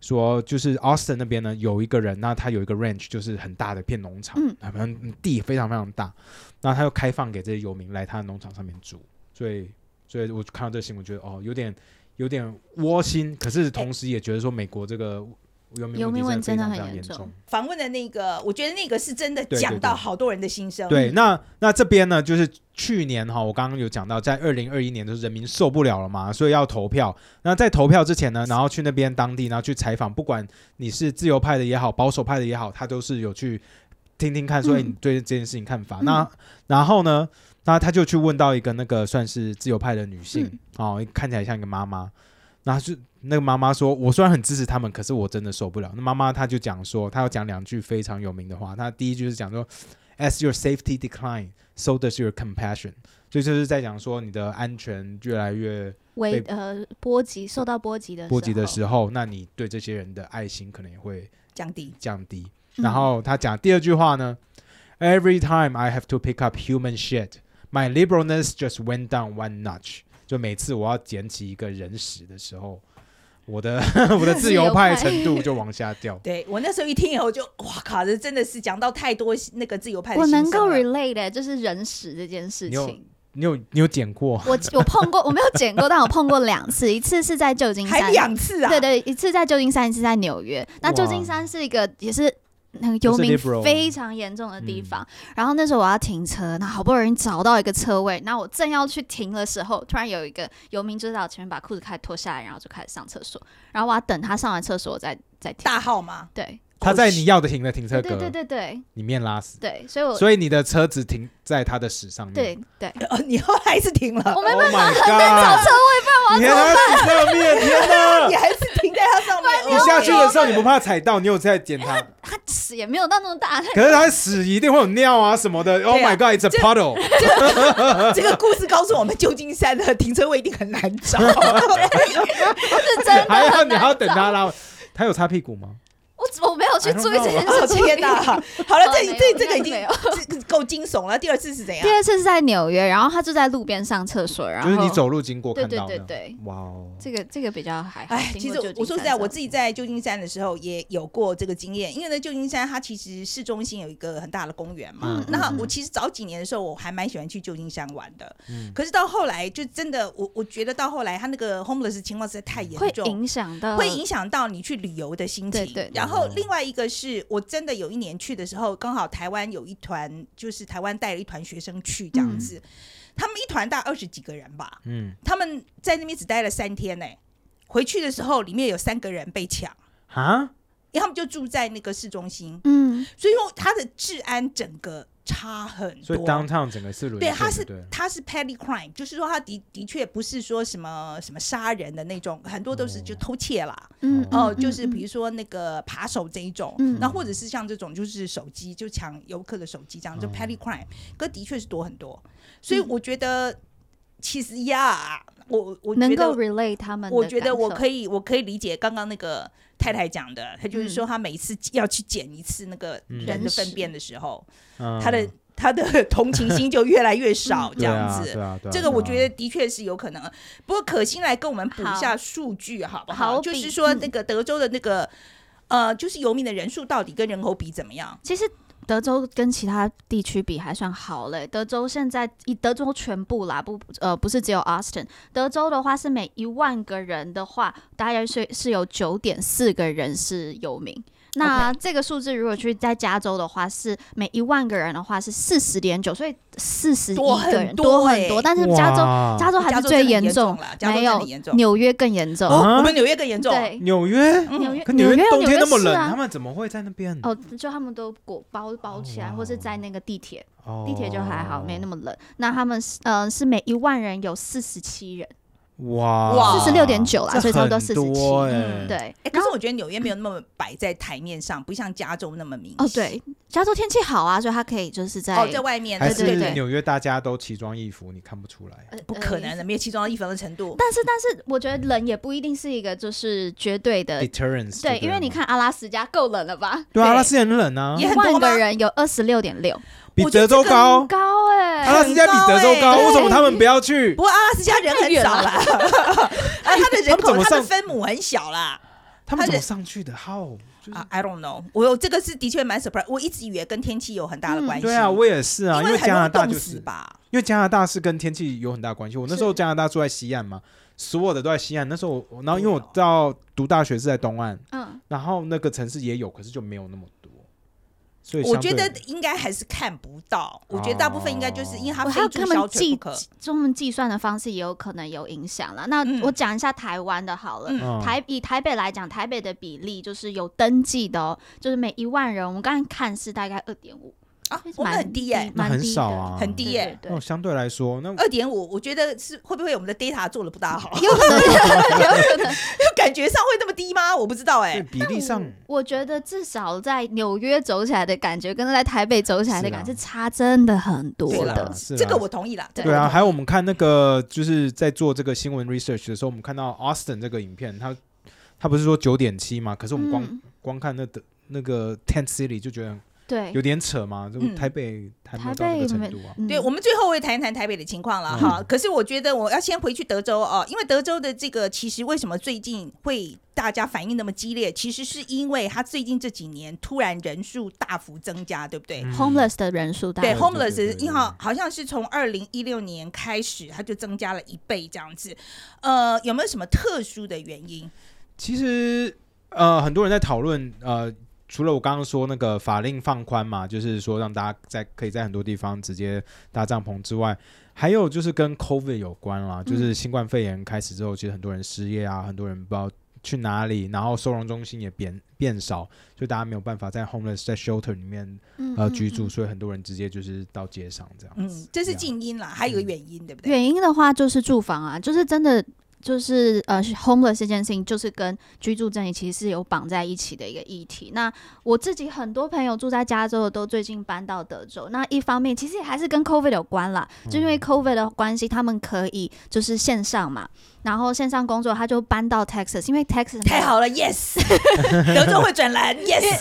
[SPEAKER 3] 说就是 Austin 那边呢有一个人，那他有一个 ranch 就是很大的一片农场，
[SPEAKER 2] 嗯
[SPEAKER 3] 反正地非常非常大，那他又开放给这些游民来他的农场上面住，所以所以我看到这个新闻觉得哦有点有点窝心，可是同时也觉得说美国这个。游民
[SPEAKER 2] 游民
[SPEAKER 3] 问
[SPEAKER 2] 问
[SPEAKER 3] 题真
[SPEAKER 2] 真
[SPEAKER 3] 的
[SPEAKER 2] 的
[SPEAKER 3] 非常
[SPEAKER 2] 很
[SPEAKER 3] 非
[SPEAKER 2] 严
[SPEAKER 3] 常
[SPEAKER 2] 重
[SPEAKER 3] 重。
[SPEAKER 1] 访问的那个，我觉得那个是真的
[SPEAKER 3] 对对
[SPEAKER 1] 讲到
[SPEAKER 3] 对
[SPEAKER 1] 好多人的心声。
[SPEAKER 3] 对，那那这边呢，就是去年哈，我刚刚有讲到，在二零二一年就是人民受不了了嘛，所以要投票。那在投票之前呢，然后去那边当地，然后去采访，不管你是自由派的也好，保守派的也好，他都是有去听听看，说、哎你对这件事情看法。那然后呢，那他就去问到一个那个算是自由派的女性，哦，看起来像一个妈妈。那是那个妈妈说，我虽然很支持他们，可是我真的受不了。那妈妈她就讲说，她要讲两句非常有名的话。她第一句是讲说，as your safety decline, so does your compassion。所以就是在讲说你的安全越来越
[SPEAKER 2] 为
[SPEAKER 3] 被
[SPEAKER 2] 呃波及受到波及的
[SPEAKER 3] 波及的
[SPEAKER 2] 候
[SPEAKER 3] 时候，那你对这些人的爱心可能也会
[SPEAKER 1] 降低
[SPEAKER 3] 降低。
[SPEAKER 2] 嗯
[SPEAKER 3] 然后他讲第二句话呢，Every time I have to pick up human shit, my liberalness just went down one notch。就每次我要捡起一个人屎的时候，我 的我的自由派程度就往下掉。
[SPEAKER 1] 对我那时候一听以后就哇靠，这真的是讲到太多那个自由派的
[SPEAKER 2] 我
[SPEAKER 1] 心
[SPEAKER 2] 能
[SPEAKER 1] 声
[SPEAKER 2] 够
[SPEAKER 1] 了
[SPEAKER 2] relate 的就是人屎这件事
[SPEAKER 3] 你有
[SPEAKER 2] 情。
[SPEAKER 3] 你有你有捡过？
[SPEAKER 2] 我我碰过，我没有捡过，但我碰过两次，一次是在旧金山，
[SPEAKER 1] 还两次啊，
[SPEAKER 2] 对对，一次在旧金山，一次在纽约。那旧金山是一个也是。那个游民
[SPEAKER 3] 就是 liberal 嗯
[SPEAKER 2] 非常严重的地方，然后那时候我要停车，那好不容易找到一个车位，那我正要去停的时候，突然有一个游民就在我前面把裤子开始脱下来，然后就开始上厕所，然后我要等他上完厕所我再再停。
[SPEAKER 1] 大号吗？
[SPEAKER 2] 对
[SPEAKER 3] 他在你要的停的停车
[SPEAKER 2] 对对
[SPEAKER 3] 格
[SPEAKER 2] 对对对
[SPEAKER 3] 里面拉屎，
[SPEAKER 2] 对，所以我
[SPEAKER 3] 所以你的车子停在他的屎上面。
[SPEAKER 2] 对对，
[SPEAKER 1] 哦，你后来是 停了，哦
[SPEAKER 2] 我没
[SPEAKER 3] Oh my god！你还在屎上面，天 哪！
[SPEAKER 1] 你还是停在它上面。
[SPEAKER 3] 你下去的时候你不怕踩到？你有在捡 它？
[SPEAKER 2] 他屎也没有到那么大，
[SPEAKER 3] 可是他屎一定会有尿啊什么的。Oh
[SPEAKER 1] 对啊
[SPEAKER 3] my god, it's a
[SPEAKER 1] 这
[SPEAKER 3] puddle。
[SPEAKER 1] 哦这个故事告诉我们，旧金山的停车位一定很难 找。
[SPEAKER 2] 是真的
[SPEAKER 3] 还要
[SPEAKER 2] 很
[SPEAKER 3] 你还要等
[SPEAKER 2] 难找
[SPEAKER 3] 他拉，他有擦屁股吗？
[SPEAKER 2] 我我没有去
[SPEAKER 3] I don't
[SPEAKER 2] 注意这
[SPEAKER 3] know
[SPEAKER 2] 件
[SPEAKER 1] 哦
[SPEAKER 2] 事情。
[SPEAKER 1] 天哪！好了，这
[SPEAKER 2] 哦没有
[SPEAKER 1] 这这个已
[SPEAKER 2] 没
[SPEAKER 1] 经
[SPEAKER 2] 有
[SPEAKER 1] 这够惊悚了。第二次是怎样
[SPEAKER 2] 第？二次是在纽约，然后他就在路边上厕所，然
[SPEAKER 3] 就
[SPEAKER 2] 后
[SPEAKER 3] 是你走路经过
[SPEAKER 2] 对
[SPEAKER 3] 看
[SPEAKER 2] 对
[SPEAKER 3] 到
[SPEAKER 2] 对
[SPEAKER 3] 的。
[SPEAKER 2] 对，
[SPEAKER 3] 哇哦，
[SPEAKER 2] 这个这个比较还好。
[SPEAKER 1] 哎，其
[SPEAKER 2] 经
[SPEAKER 1] 实我
[SPEAKER 2] 过旧金
[SPEAKER 1] 我说实在，
[SPEAKER 2] 山
[SPEAKER 1] 我
[SPEAKER 2] 之
[SPEAKER 1] 自己在旧金山的时候也有过这个经验，因为呢，旧金山它其实市中心有一个很大的公园嘛。
[SPEAKER 3] 嗯
[SPEAKER 1] 那
[SPEAKER 2] 嗯
[SPEAKER 1] 我其实早几年的时候，我还蛮喜欢去旧金山玩的。
[SPEAKER 3] 嗯
[SPEAKER 1] 可是到后来，就真的我我觉得到后来，它那个 homeless 的情况实在太严
[SPEAKER 2] 后会
[SPEAKER 1] 重，
[SPEAKER 2] 影响到，
[SPEAKER 1] 会影响到你去旅游的心情。
[SPEAKER 2] 嗯对对
[SPEAKER 1] 然后
[SPEAKER 3] 哦
[SPEAKER 1] 另外一个是我真的有一年去的时候，刚好台湾有一团，就是台湾带了一团学生去这
[SPEAKER 2] 嗯
[SPEAKER 1] 样子，他们一团大概二十几个人吧，
[SPEAKER 3] 嗯，
[SPEAKER 1] 他们在那边只待了三天呢、回去的时候，里面有三个人被抢，
[SPEAKER 3] 啊，
[SPEAKER 1] 因为他们就住在那个市中心，
[SPEAKER 2] 嗯，
[SPEAKER 1] 所以说它的治安整个差很
[SPEAKER 3] 所以
[SPEAKER 1] 多。
[SPEAKER 3] downtown 整个是沦
[SPEAKER 1] 对，
[SPEAKER 3] 陷，
[SPEAKER 1] 他是
[SPEAKER 3] 对，
[SPEAKER 1] 他是 petty crime，就是说他的的确不是说什么什么杀人的那种，很多都是就
[SPEAKER 3] 哦
[SPEAKER 1] 偷窃啦，
[SPEAKER 2] 嗯
[SPEAKER 1] 哦，
[SPEAKER 2] 嗯
[SPEAKER 1] 就是
[SPEAKER 2] 嗯
[SPEAKER 1] 比如说那个扒手这一种，
[SPEAKER 2] 嗯
[SPEAKER 1] 那或者是像这种就是手机就抢游客的手机这样，就
[SPEAKER 3] 哦
[SPEAKER 1] petty crime，可的确是多很多，所以
[SPEAKER 2] 嗯
[SPEAKER 1] 我觉得其实呀，我我
[SPEAKER 2] 能
[SPEAKER 1] 觉
[SPEAKER 2] 够
[SPEAKER 1] 得。
[SPEAKER 2] relate 他们的感受，
[SPEAKER 1] 我觉得我可
[SPEAKER 2] 以
[SPEAKER 1] 以，我可以理解刚刚那个太太讲的，她就是说
[SPEAKER 2] 嗯
[SPEAKER 1] 她每次要去捡一次那个
[SPEAKER 3] 嗯
[SPEAKER 1] 人的
[SPEAKER 2] 人
[SPEAKER 1] 粪
[SPEAKER 2] 屎
[SPEAKER 1] 便的时候，
[SPEAKER 3] 嗯
[SPEAKER 1] 她的她的同情心就越来越少，
[SPEAKER 2] 嗯
[SPEAKER 1] 这
[SPEAKER 3] 对
[SPEAKER 1] 样
[SPEAKER 3] 啊
[SPEAKER 1] 子。
[SPEAKER 3] 对啊，对啊
[SPEAKER 1] 这个我觉得，的确是有可能。啊不过可心来跟我们补一下
[SPEAKER 2] 好
[SPEAKER 1] 数据好不
[SPEAKER 2] 好
[SPEAKER 1] 就
[SPEAKER 2] 比
[SPEAKER 1] 是说
[SPEAKER 2] 嗯
[SPEAKER 1] 那个德州的那个。呃，就是游民的人数到底跟人口比怎么样？
[SPEAKER 2] 其实。德州跟其他地区比还算好嘞。德州现在以德州全部啦，不呃不是只有 Austin。德州的话是每一万个人的话，大概是是有九点四个人是游民。那这个数字如果去在加州的话，是每一万个人的话是四十点九，所以四十一
[SPEAKER 1] 多很
[SPEAKER 2] 个人
[SPEAKER 1] 多
[SPEAKER 2] 多
[SPEAKER 1] 欸
[SPEAKER 2] 很多，但是
[SPEAKER 3] 对啊
[SPEAKER 2] 加州
[SPEAKER 3] 哇
[SPEAKER 2] 加州还
[SPEAKER 1] 加
[SPEAKER 2] 是
[SPEAKER 1] 州
[SPEAKER 2] 最
[SPEAKER 1] 真的很严
[SPEAKER 2] 重
[SPEAKER 1] 重啦，加州
[SPEAKER 2] 没
[SPEAKER 1] 真的
[SPEAKER 2] 有
[SPEAKER 1] 很严重
[SPEAKER 2] 纽约更严重。
[SPEAKER 1] 哦，
[SPEAKER 3] 啊
[SPEAKER 1] 我们纽约更严重，
[SPEAKER 2] 对，
[SPEAKER 3] 纽约，
[SPEAKER 1] 嗯
[SPEAKER 2] 纽约
[SPEAKER 3] 可纽约冬天那么
[SPEAKER 2] 纽约
[SPEAKER 3] 冷，
[SPEAKER 2] 是啊
[SPEAKER 3] 他们怎么会在那边？
[SPEAKER 2] 哦，就他们都裹包包起来，
[SPEAKER 3] 嗯哦
[SPEAKER 2] 或是在那个地铁，
[SPEAKER 3] 哦
[SPEAKER 2] 地铁就还好，没那么冷。那他们是嗯、呃、是每一万人有四十七人，
[SPEAKER 3] 哇
[SPEAKER 1] 哇
[SPEAKER 2] 四十六点九啦，
[SPEAKER 3] 这
[SPEAKER 2] 所以差不多四
[SPEAKER 3] 很
[SPEAKER 2] 十七。嗯
[SPEAKER 3] 欸
[SPEAKER 2] 对，
[SPEAKER 1] 哎，可是我觉得纽约没有那么摆在台面上，不像加州那么明
[SPEAKER 2] 哦
[SPEAKER 1] 显。
[SPEAKER 2] 对，加州天气好啊，所以他可以就是在、
[SPEAKER 1] 哦，在外面，
[SPEAKER 3] 还
[SPEAKER 1] 对对
[SPEAKER 3] 是
[SPEAKER 1] 对，
[SPEAKER 3] 纽约大家都奇装异服，你看不出来。
[SPEAKER 2] 呃
[SPEAKER 1] 不可能。的，
[SPEAKER 2] 呃
[SPEAKER 1] 没有其中到一分的程度。
[SPEAKER 2] 但是但是，我觉得冷也不一定是一个就是绝对的。
[SPEAKER 3] Deterrence，
[SPEAKER 2] 呃对，
[SPEAKER 3] 就
[SPEAKER 2] 因为
[SPEAKER 3] 了
[SPEAKER 2] 你
[SPEAKER 3] 嘛，
[SPEAKER 2] 看阿拉斯加够冷了吧？
[SPEAKER 3] 对啊，
[SPEAKER 1] 对
[SPEAKER 3] 阿拉斯加很冷啊
[SPEAKER 2] 一
[SPEAKER 1] 也，很多
[SPEAKER 2] 万
[SPEAKER 1] 吗
[SPEAKER 2] 个人有二十六点六，
[SPEAKER 3] 比
[SPEAKER 1] 我觉
[SPEAKER 3] 德
[SPEAKER 1] 得
[SPEAKER 3] 州
[SPEAKER 1] 这个
[SPEAKER 3] 高
[SPEAKER 2] 很，高哎、
[SPEAKER 3] 阿拉斯加比德州高，
[SPEAKER 1] 很高欸
[SPEAKER 3] 为什么他们不要去
[SPEAKER 1] 不？过阿拉斯加人很
[SPEAKER 2] 远
[SPEAKER 1] 少
[SPEAKER 2] 了
[SPEAKER 1] 啦，啊，他的人
[SPEAKER 3] 他们怎
[SPEAKER 1] 口
[SPEAKER 3] 么
[SPEAKER 1] 他的
[SPEAKER 3] 上
[SPEAKER 1] 分母很小啦。
[SPEAKER 3] 他们
[SPEAKER 1] 他
[SPEAKER 3] 怎
[SPEAKER 1] 的
[SPEAKER 3] 么上去的？How？就是
[SPEAKER 1] 啊、i don't know，我有这个是的确蛮 surprise，我一直以为跟天气有很大的关系。
[SPEAKER 3] 对啊，我也是啊，因
[SPEAKER 1] 因
[SPEAKER 3] 为
[SPEAKER 1] 很
[SPEAKER 3] 加
[SPEAKER 1] 容
[SPEAKER 3] 拿
[SPEAKER 1] 易
[SPEAKER 3] 大
[SPEAKER 1] 冻
[SPEAKER 3] 就是
[SPEAKER 1] 死吧？
[SPEAKER 3] 因为加拿大是跟天气有很大关系。我那时候加拿大住在西岸嘛，所有的都在西岸。那时候我，然后因为我到读大学是在东岸，
[SPEAKER 2] 嗯，
[SPEAKER 3] 然后那个城市也有，可是就没有那么多。所以
[SPEAKER 1] 我
[SPEAKER 3] 相
[SPEAKER 1] 觉
[SPEAKER 3] 对哦
[SPEAKER 1] 得应该还是看不到，我觉得大部分应该就是因为它
[SPEAKER 2] 我
[SPEAKER 1] 非
[SPEAKER 2] 还有
[SPEAKER 1] 住
[SPEAKER 2] 他
[SPEAKER 1] 小
[SPEAKER 2] 们
[SPEAKER 1] 腿
[SPEAKER 2] 计
[SPEAKER 1] 不可。
[SPEAKER 2] 他们计算的方式也有可能有影响了。那
[SPEAKER 1] 嗯
[SPEAKER 2] 我讲一下台湾的好了。
[SPEAKER 1] 嗯
[SPEAKER 3] 嗯
[SPEAKER 2] 台以台北来讲，台北的比例就是有登记的哦，就是每一万人，我们刚才看是大概二点五，
[SPEAKER 1] 啊
[SPEAKER 2] 其，实
[SPEAKER 1] 我们
[SPEAKER 2] 蛮
[SPEAKER 1] 很低耶、
[SPEAKER 2] 低
[SPEAKER 3] 那
[SPEAKER 2] 蛮
[SPEAKER 3] 很
[SPEAKER 2] 低
[SPEAKER 3] 少
[SPEAKER 2] 的
[SPEAKER 3] 啊
[SPEAKER 1] 很低
[SPEAKER 2] 对
[SPEAKER 1] 耶
[SPEAKER 2] 对
[SPEAKER 3] 那我相对来说，那
[SPEAKER 1] 二点五，我觉得是会不会我们的 data 做的不大好？
[SPEAKER 2] 对有可能， 有可能。
[SPEAKER 1] 就感觉上会那么低吗？我不知道哎、
[SPEAKER 3] 对 比例上，
[SPEAKER 2] 我觉得至少在纽约走起来的感觉，跟在台北走起来的感觉
[SPEAKER 3] 是啊
[SPEAKER 2] 是差真的很多
[SPEAKER 1] 对
[SPEAKER 2] 的
[SPEAKER 1] 啦
[SPEAKER 3] 啦，。是
[SPEAKER 1] 这
[SPEAKER 3] 啦
[SPEAKER 1] 个我同意啦。这
[SPEAKER 2] 对
[SPEAKER 1] 个
[SPEAKER 3] 对啊，
[SPEAKER 1] 我同意
[SPEAKER 3] 还有我们看那个就是在做这个新闻 research 的时候，我们看到 Austin 这个影片，他他不是说九点七嘛？可是我们光、
[SPEAKER 2] 嗯
[SPEAKER 3] 光看那的那个 Tent City 就觉得
[SPEAKER 2] 对
[SPEAKER 3] 有点扯嘛，就
[SPEAKER 1] 嗯
[SPEAKER 3] 台北还没
[SPEAKER 2] 台
[SPEAKER 3] 有到那个
[SPEAKER 2] 北
[SPEAKER 3] 程
[SPEAKER 2] 没
[SPEAKER 3] 度啊。
[SPEAKER 2] 嗯
[SPEAKER 1] 对，我们最后会谈一谈台北的情况了
[SPEAKER 3] 嗯
[SPEAKER 1] 哈。可是我觉得我要先回去德州哦，因为德州的这个其实为什么最近会大家反应那么激烈，其实是因为它最近这几年突然人数大幅增加，对不对？
[SPEAKER 3] 嗯
[SPEAKER 2] homeless 的人数大概
[SPEAKER 1] 对
[SPEAKER 3] 对
[SPEAKER 1] ，homeless
[SPEAKER 3] 对对对
[SPEAKER 1] 因好好像是从二零一六年开始，它就增加了一倍这样子。呃，有没有什么特殊的原因？
[SPEAKER 3] 其实呃，很多人在讨论呃，除了我刚刚说那个法令放宽嘛，就是说让大家在可以在很多地方直接搭帐篷之外，还有就是跟 COVID 有关
[SPEAKER 2] 嗯
[SPEAKER 3] 啦，就是新冠肺炎开始之后，其实很多人失业啊，很多人不知道。去哪里？然后收容中心也变变少，所以大家没有办法在 homeless 在 shelter 里面
[SPEAKER 2] 嗯
[SPEAKER 3] 呃
[SPEAKER 2] 嗯
[SPEAKER 3] 居
[SPEAKER 2] 嗯
[SPEAKER 3] 住，所以很多人直接就是到街上这样子
[SPEAKER 1] 嗯。，这是
[SPEAKER 3] 呀
[SPEAKER 1] 静音啦，还有
[SPEAKER 3] 嗯
[SPEAKER 1] 一个原因，对不对？
[SPEAKER 2] 原因的话就是住房啊，就是真的就是呃，homeless 这件事情就是跟居住正义其实是有绑在一起的一个议题。那我自己很多朋友住在加州的都最近搬到德州，那一方面其实也还是跟 COVID 有关啦，就因为 COVID 的关系，他们可以就是线上嘛，然后线上工作，他就搬到 Texas，因为 Texas
[SPEAKER 1] 太好了，yes，德 州会转蓝，yes，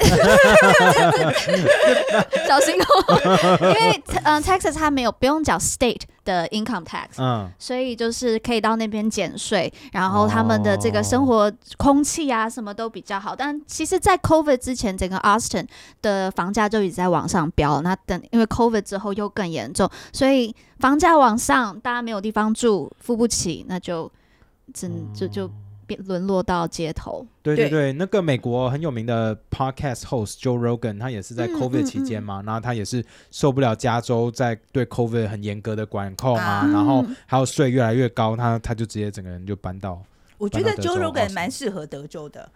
[SPEAKER 2] 小心哦， 因为嗯、呃 Texas 它没有不用缴 state 的 income tax，
[SPEAKER 3] 嗯，
[SPEAKER 2] 所以就是可以到那边减税，然后他们的这个生
[SPEAKER 3] 哦
[SPEAKER 2] 活空气啊什么都比较好。但其实，在 COVID 之前，整个 Austin 的房价就一直在往上飙。那等因为 COVID 之后又更严重，所以房价往上，大家没有地方住，付不起，那就真
[SPEAKER 3] 嗯
[SPEAKER 2] 就就变沦落到街头。
[SPEAKER 3] 对对
[SPEAKER 1] 对
[SPEAKER 3] 对，那个美国很有名的 podcast host Joe Rogan，他也是在
[SPEAKER 2] 嗯
[SPEAKER 3] COVID
[SPEAKER 2] 嗯
[SPEAKER 3] 期间嘛，然后他也是受不了加州在对 COVID 很严格的管控啊，
[SPEAKER 1] 啊
[SPEAKER 3] 然后
[SPEAKER 2] 嗯
[SPEAKER 3] 还有税越来越高，他他就直接整个人就搬到
[SPEAKER 1] 我觉得
[SPEAKER 3] 搬到
[SPEAKER 1] Joe
[SPEAKER 3] 德州
[SPEAKER 1] Rogan
[SPEAKER 3] Austin
[SPEAKER 1] 蛮适合德州的。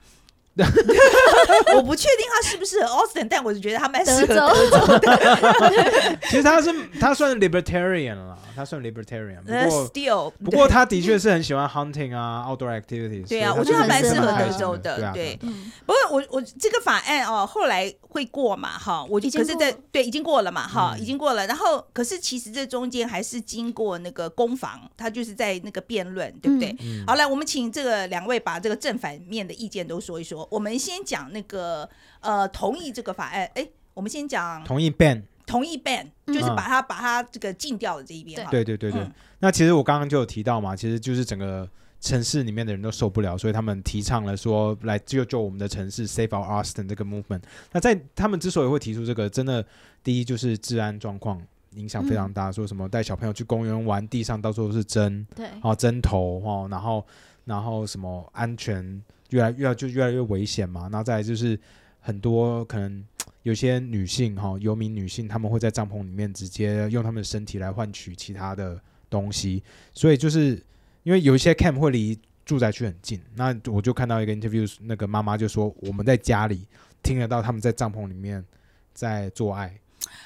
[SPEAKER 1] 我不确定他适不适合 Austin，但我是觉得他蛮适
[SPEAKER 2] 德
[SPEAKER 1] 合
[SPEAKER 2] 州
[SPEAKER 1] 的。
[SPEAKER 3] 其实他是他算 libertarian 了啦，他算 libertarian，
[SPEAKER 1] 呃
[SPEAKER 3] 不过
[SPEAKER 1] Still，
[SPEAKER 3] 不过他的确是很喜欢 hunting 啊，outdoor activities，
[SPEAKER 1] 对啊
[SPEAKER 3] 所以他
[SPEAKER 1] 我觉得
[SPEAKER 3] 就
[SPEAKER 2] 他蛮
[SPEAKER 3] 是
[SPEAKER 2] 适合
[SPEAKER 3] 开
[SPEAKER 2] 德
[SPEAKER 3] 心
[SPEAKER 1] 州的
[SPEAKER 3] 对啊
[SPEAKER 1] 对
[SPEAKER 3] 对啊对啊
[SPEAKER 2] 嗯，
[SPEAKER 1] 不过我我这个法案哦，后来会过嘛哈，我就
[SPEAKER 2] 已经
[SPEAKER 1] 可是
[SPEAKER 2] 过
[SPEAKER 1] 在
[SPEAKER 2] 了
[SPEAKER 1] 对已经过了嘛哈，
[SPEAKER 3] 嗯
[SPEAKER 1] 已经过了。然后可是其实这中间还是经过那个攻防，他就是在那个辩论，对不对？
[SPEAKER 3] 嗯
[SPEAKER 1] 好，来我们请这个两位把这个正反面的意见都说一说。我们先讲那个呃同意这个法案，哎，我们先讲
[SPEAKER 3] 同意 ban，
[SPEAKER 1] 同意 ban，就是把它把它这个禁掉的这一边哈。
[SPEAKER 3] 嗯对对对对，
[SPEAKER 1] 嗯
[SPEAKER 3] 那其实我刚刚就有提到嘛，其实就是整个城市里面的人都受不了，所以他们提倡了说来救救我们的城市，Save Our Austin 这个 movement。那在他们之所以会提出这个，真的第一就是治安状况影响非常大，说什么带小朋友去公园玩，地上到处都是针，
[SPEAKER 2] 对，
[SPEAKER 3] 哦，针头哦，然后然后什么安全越来越来就越来越危险嘛，然后再来就是很多可能有些女性哈、哦，游民女性，她们会在帐篷里面直接用她们的身体来换取其他的东西，所以就是因为有一些 camp 会离住宅区很近，那我就看到一个 interview，那个妈妈就说我们在家里听得到他们在帐篷里面在做爱。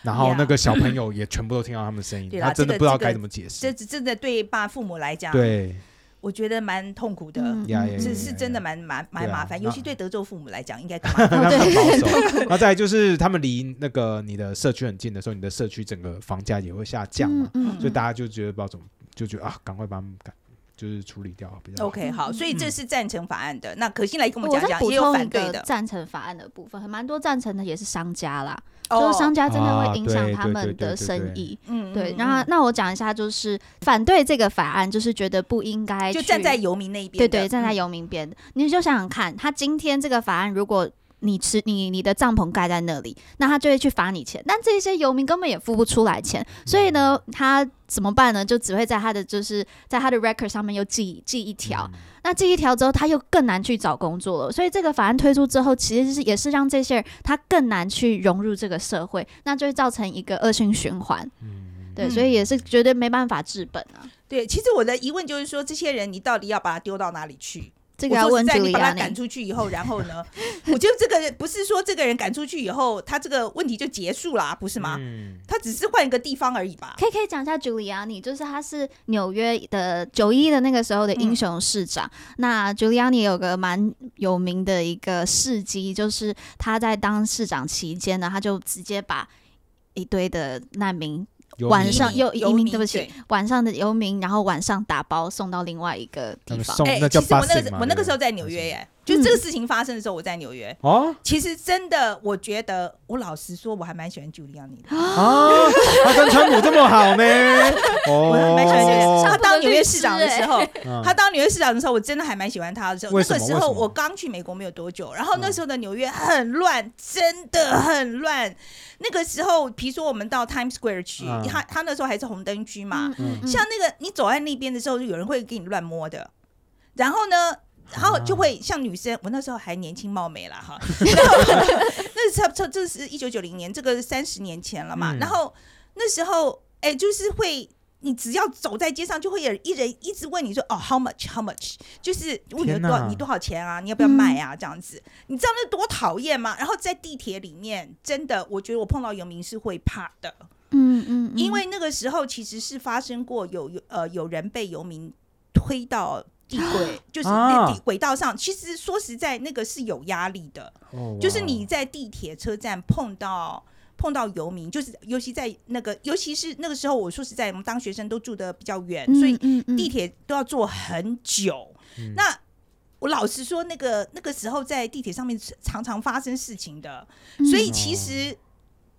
[SPEAKER 3] 然后
[SPEAKER 1] Yeah
[SPEAKER 3] 那个小朋友也全部都听到他们的声音，
[SPEAKER 1] 对啦
[SPEAKER 3] 他真
[SPEAKER 1] 这
[SPEAKER 3] 的
[SPEAKER 1] 个
[SPEAKER 3] 不知道
[SPEAKER 1] 这个
[SPEAKER 3] 该怎么解释
[SPEAKER 1] 这。这真的对爸父母来讲，
[SPEAKER 3] 对，
[SPEAKER 1] 我觉得蛮痛苦的。
[SPEAKER 2] 嗯
[SPEAKER 3] 呀呀
[SPEAKER 2] 嗯
[SPEAKER 3] 呀
[SPEAKER 1] 是
[SPEAKER 2] 嗯
[SPEAKER 1] 是真的蛮蛮蛮
[SPEAKER 3] 对啊
[SPEAKER 1] 麻烦，
[SPEAKER 3] 那
[SPEAKER 1] 尤其对德州父母来讲，应该更麻烦。
[SPEAKER 3] 他们很
[SPEAKER 2] 对
[SPEAKER 3] 保守。然后再来就是他们离那个你的社区很近的时候，你的社区整个房价也会下降嘛，
[SPEAKER 2] 嗯
[SPEAKER 3] 所以大家就觉得不知道怎么，就觉得啊，赶快把他们赶，就是处理掉比较好。
[SPEAKER 1] OK，好，所以
[SPEAKER 3] 嗯
[SPEAKER 1] 这是赞成法案的。那可心来跟我们
[SPEAKER 2] 我
[SPEAKER 1] 讲
[SPEAKER 2] 再
[SPEAKER 1] 讲，
[SPEAKER 2] 补
[SPEAKER 1] 也有
[SPEAKER 2] 充一
[SPEAKER 1] 反对
[SPEAKER 2] 个
[SPEAKER 1] 的。
[SPEAKER 2] 赞成法案的部分，很蛮多赞成的也是商家啦，
[SPEAKER 1] 哦
[SPEAKER 2] 就是商家真的
[SPEAKER 3] 啊
[SPEAKER 2] 会影响
[SPEAKER 3] 对
[SPEAKER 2] 他
[SPEAKER 3] 对对
[SPEAKER 2] 们
[SPEAKER 3] 对
[SPEAKER 2] 的
[SPEAKER 3] 对
[SPEAKER 2] 生
[SPEAKER 3] 对
[SPEAKER 2] 意。
[SPEAKER 1] 嗯
[SPEAKER 2] 对
[SPEAKER 1] 嗯，
[SPEAKER 2] 然后
[SPEAKER 1] 嗯
[SPEAKER 2] 那我讲一下，就是反对这个法案，就是觉得不应该
[SPEAKER 1] 就
[SPEAKER 2] 去
[SPEAKER 1] 站在游民那一边
[SPEAKER 2] 对
[SPEAKER 1] 的，
[SPEAKER 2] 对站在
[SPEAKER 1] 嗯
[SPEAKER 2] 游民边的，你就想想看，他今天这个法案如果你吃你你的帐篷盖在那里，那他就会去罚你钱。但这些游民根本也付不出来钱，所以呢，他怎么办呢？就只会在他的就是在他的 record 上面又记记一
[SPEAKER 3] 嗯
[SPEAKER 2] 条。那记一条之后，他又更难去找工作了。所以这个法案推出之后，其实是也是让这些人他更难去融入这个社会，那就会造成一个恶性循环。
[SPEAKER 1] 嗯
[SPEAKER 2] 对，所以也是绝对没办法治本啊。
[SPEAKER 1] 对，其实我的疑问就是说，这些人你到底要把他丢到哪里去？
[SPEAKER 2] 这个
[SPEAKER 1] 我
[SPEAKER 2] 要
[SPEAKER 1] 说
[SPEAKER 2] 问
[SPEAKER 1] 实在，
[SPEAKER 2] 朱
[SPEAKER 1] 你
[SPEAKER 2] 莉
[SPEAKER 1] 把
[SPEAKER 2] 亚
[SPEAKER 1] 他赶
[SPEAKER 2] 尼。
[SPEAKER 1] 出去以后，然后呢？ 我觉得这个不是说这个人赶出去以后，他这个问题就结束啦，不是吗？
[SPEAKER 3] 嗯，
[SPEAKER 1] 他只是换一个地方而已吧？
[SPEAKER 2] 可以可以讲一下朱莉亚尼，就是他是纽约的九一的那个时候的
[SPEAKER 1] 嗯
[SPEAKER 2] 英雄市长。那朱莉亚尼有个蛮有名的一个事迹，就是他在当市长期间呢，他就直接把一堆的难民
[SPEAKER 3] 游
[SPEAKER 2] 晚
[SPEAKER 3] 民
[SPEAKER 2] 上又
[SPEAKER 1] 游
[SPEAKER 2] 移民，
[SPEAKER 1] 民
[SPEAKER 2] 对不起
[SPEAKER 1] 对，
[SPEAKER 2] 晚上的游民，然后晚上打包送到另外一个地
[SPEAKER 3] 他们
[SPEAKER 2] 方。
[SPEAKER 3] 送
[SPEAKER 1] 哎、
[SPEAKER 3] 哦那
[SPEAKER 1] 其
[SPEAKER 3] 叫
[SPEAKER 1] 实我那
[SPEAKER 3] busing 嗯
[SPEAKER 1] 个
[SPEAKER 3] 嘛
[SPEAKER 1] 我那个时候在纽约耶，就这个事情发生的时候，我在纽约。
[SPEAKER 3] 哦
[SPEAKER 1] 其实真的，我觉得我老实说，我还蛮喜欢 Giuliani 的，
[SPEAKER 3] 啊，他跟川普这么好呢？
[SPEAKER 1] 我还蛮喜欢 Giuliani 的。他
[SPEAKER 3] 哦，
[SPEAKER 1] 当纽约市长的时候，
[SPEAKER 3] 嗯
[SPEAKER 1] 他当纽约市长的时候，我真的还蛮喜欢他的时候。
[SPEAKER 3] 为
[SPEAKER 1] 那
[SPEAKER 3] 什么
[SPEAKER 1] 个时候
[SPEAKER 3] 为什么
[SPEAKER 1] 我刚去美国没有多久，然后那时候的纽约很乱，真的很乱。那个时候，比如说我们到 Times Square 去，
[SPEAKER 3] 嗯
[SPEAKER 1] 他他那时候还是红灯区嘛，
[SPEAKER 2] 嗯嗯嗯
[SPEAKER 1] 像那个你走在那边的时候，就有人会给你乱摸的，然后呢，然后就
[SPEAKER 3] 啊
[SPEAKER 1] 会像女生，我那时候还年轻貌美了 哈，然后那差不多这是一九九零年，这个三十年前了嘛，
[SPEAKER 3] 嗯
[SPEAKER 1] 然后那时候哎，就是会。你只要走在街上，就会有一人一直问你说：“哦，how much, how much？” 就是问你
[SPEAKER 3] 天
[SPEAKER 1] 多少，
[SPEAKER 3] 哪嗯
[SPEAKER 1] 你多少钱啊？你要不要卖啊？这样子，你知道那多讨厌吗？然后在地铁里面，真的，我觉得我碰到游民是会怕的。
[SPEAKER 2] 嗯嗯，嗯
[SPEAKER 1] 因为那个时候其实是发生过有有呃有人被游民推到地轨，就是
[SPEAKER 3] 啊
[SPEAKER 1] 地轨道上。其实说实在，那个是有压力的，
[SPEAKER 3] 哦
[SPEAKER 1] 就是你在地铁车站碰到。碰到游民，就是尤其在那个，尤其是那个时候，我说实在，我们当学生都住的比较远，所以
[SPEAKER 2] 嗯嗯
[SPEAKER 1] 地铁都要坐很久。
[SPEAKER 3] 嗯
[SPEAKER 1] 那我老实说，那个那个时候在地铁上面常常发生事情的，
[SPEAKER 2] 嗯
[SPEAKER 1] 所以
[SPEAKER 3] 哦
[SPEAKER 1] 其实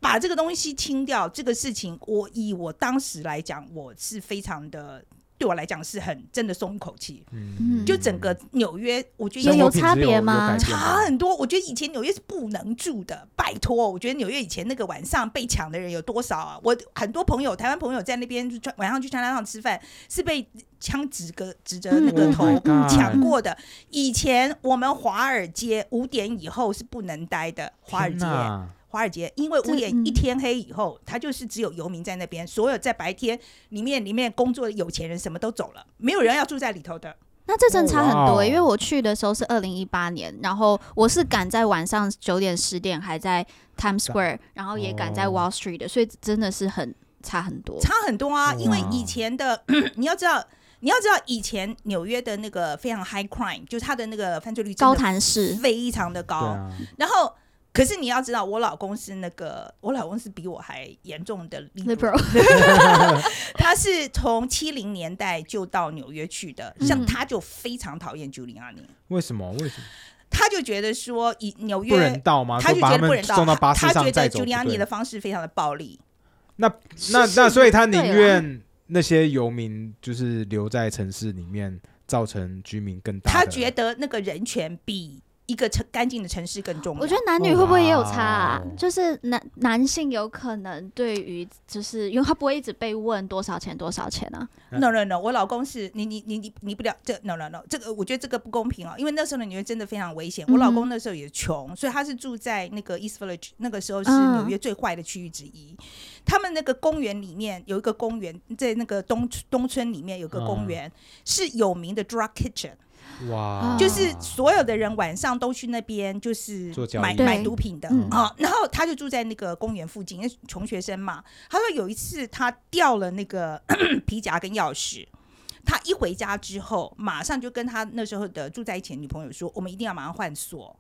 [SPEAKER 1] 把这个东西清掉，这个事情，我以我当时来讲，我是非常的，对我来讲是很真的松一口气。
[SPEAKER 3] 嗯
[SPEAKER 1] 就整个纽约，我觉得
[SPEAKER 2] 也
[SPEAKER 3] 生
[SPEAKER 2] 有
[SPEAKER 3] 活品质
[SPEAKER 2] 差别
[SPEAKER 3] 有
[SPEAKER 2] 吗
[SPEAKER 3] 改变
[SPEAKER 1] 差很多。我觉得以前纽约是不能住的，拜托，我觉得纽约以前那个晚上被抢的人有多少啊？我很多朋友，台湾朋友在那边就晚上去川大上吃饭，是被枪指个指着那个
[SPEAKER 2] 嗯
[SPEAKER 1] 头
[SPEAKER 2] 嗯嗯嗯
[SPEAKER 1] 抢过的。以前我们华尔街五点以后是不能待的，华尔
[SPEAKER 3] 天
[SPEAKER 1] 街。
[SPEAKER 3] 哪
[SPEAKER 1] 华尔街，因为
[SPEAKER 2] 这
[SPEAKER 1] 五点
[SPEAKER 2] 嗯
[SPEAKER 1] 一天黑以后，它就是只有游民在那边，所有在白天里面里面工作的有钱人什么都走了，没有人要住在里头的。
[SPEAKER 2] 那这真的差很
[SPEAKER 3] 哇
[SPEAKER 2] 多、欸
[SPEAKER 3] 哦
[SPEAKER 2] 因为我去的时候是二零一八年，然后我是赶在晚上九点十点还在 Times Square，然后也赶在
[SPEAKER 3] 哦
[SPEAKER 2] Wall Street 的，所以真的是很差很多。
[SPEAKER 1] 差很多啊，
[SPEAKER 3] 哇
[SPEAKER 1] 因为以前的 你要知道，你要知道以前纽约的那个非常 high crime，就是它的那个犯罪率真的
[SPEAKER 2] 高谭市，
[SPEAKER 1] 非常的高。
[SPEAKER 3] 对啊，
[SPEAKER 1] 然后，可是你要知道，我老公是那个，我老公是比我还严重的 liberal，
[SPEAKER 2] liberal
[SPEAKER 1] 他是从七零年代就到纽约去的，像
[SPEAKER 2] 嗯
[SPEAKER 1] 他就非常讨厌 Giuliani，
[SPEAKER 3] 为什么？为什么
[SPEAKER 1] 他就觉得说以纽
[SPEAKER 3] 不人
[SPEAKER 1] 约。
[SPEAKER 3] 道吗？
[SPEAKER 1] 他
[SPEAKER 3] 说
[SPEAKER 1] 就
[SPEAKER 3] 把
[SPEAKER 1] 觉
[SPEAKER 3] 他
[SPEAKER 1] 得不
[SPEAKER 3] 们
[SPEAKER 1] 人道，
[SPEAKER 3] 送到巴士
[SPEAKER 1] 他他
[SPEAKER 3] 上
[SPEAKER 1] 觉
[SPEAKER 3] 再
[SPEAKER 1] 得
[SPEAKER 3] 走不
[SPEAKER 1] Giuliani
[SPEAKER 3] 对
[SPEAKER 1] 的方式非常的暴力，
[SPEAKER 3] 那那那，所以他
[SPEAKER 2] 对
[SPEAKER 3] 宁
[SPEAKER 1] 啊
[SPEAKER 2] 啦
[SPEAKER 3] 愿那些游民就是留在城市里面，造成居民更大的。
[SPEAKER 1] 他觉得那个人权比一个城干净的城市更重要。
[SPEAKER 2] 我觉得男女会不会也有差、啊
[SPEAKER 3] 哇哦？
[SPEAKER 2] 就是男男性有可能对于，就是因为他不会一直被问多少钱多少钱啊。
[SPEAKER 3] 嗯
[SPEAKER 1] no no no，我老公是你你你你你不了这 no no no，这个我觉得这个不公平哦，因为那时候的纽约真的非常危
[SPEAKER 2] 嗯
[SPEAKER 1] 险。我老公那时候也穷，所以他是住在那个 East Village，那个时候是
[SPEAKER 2] 嗯
[SPEAKER 1] 纽约最坏的区域之一。他们那个公园里面有一个公园，在那个东东村里面有个
[SPEAKER 3] 啊
[SPEAKER 1] 公园、是有名的 drug kitchen，
[SPEAKER 3] 哇，
[SPEAKER 1] 啊就是所有的人晚上都去那边就是
[SPEAKER 3] 做交易
[SPEAKER 1] 买
[SPEAKER 3] 对
[SPEAKER 1] 买毒品的
[SPEAKER 2] 嗯
[SPEAKER 1] 啊、然后他就住在那个公园附近，因为穷学生嘛。他说有一次他掉了那个 皮夹跟钥匙，他一回家之后，马上就跟他那时候的住在一起的女朋友说：“我们一定要马上换锁。”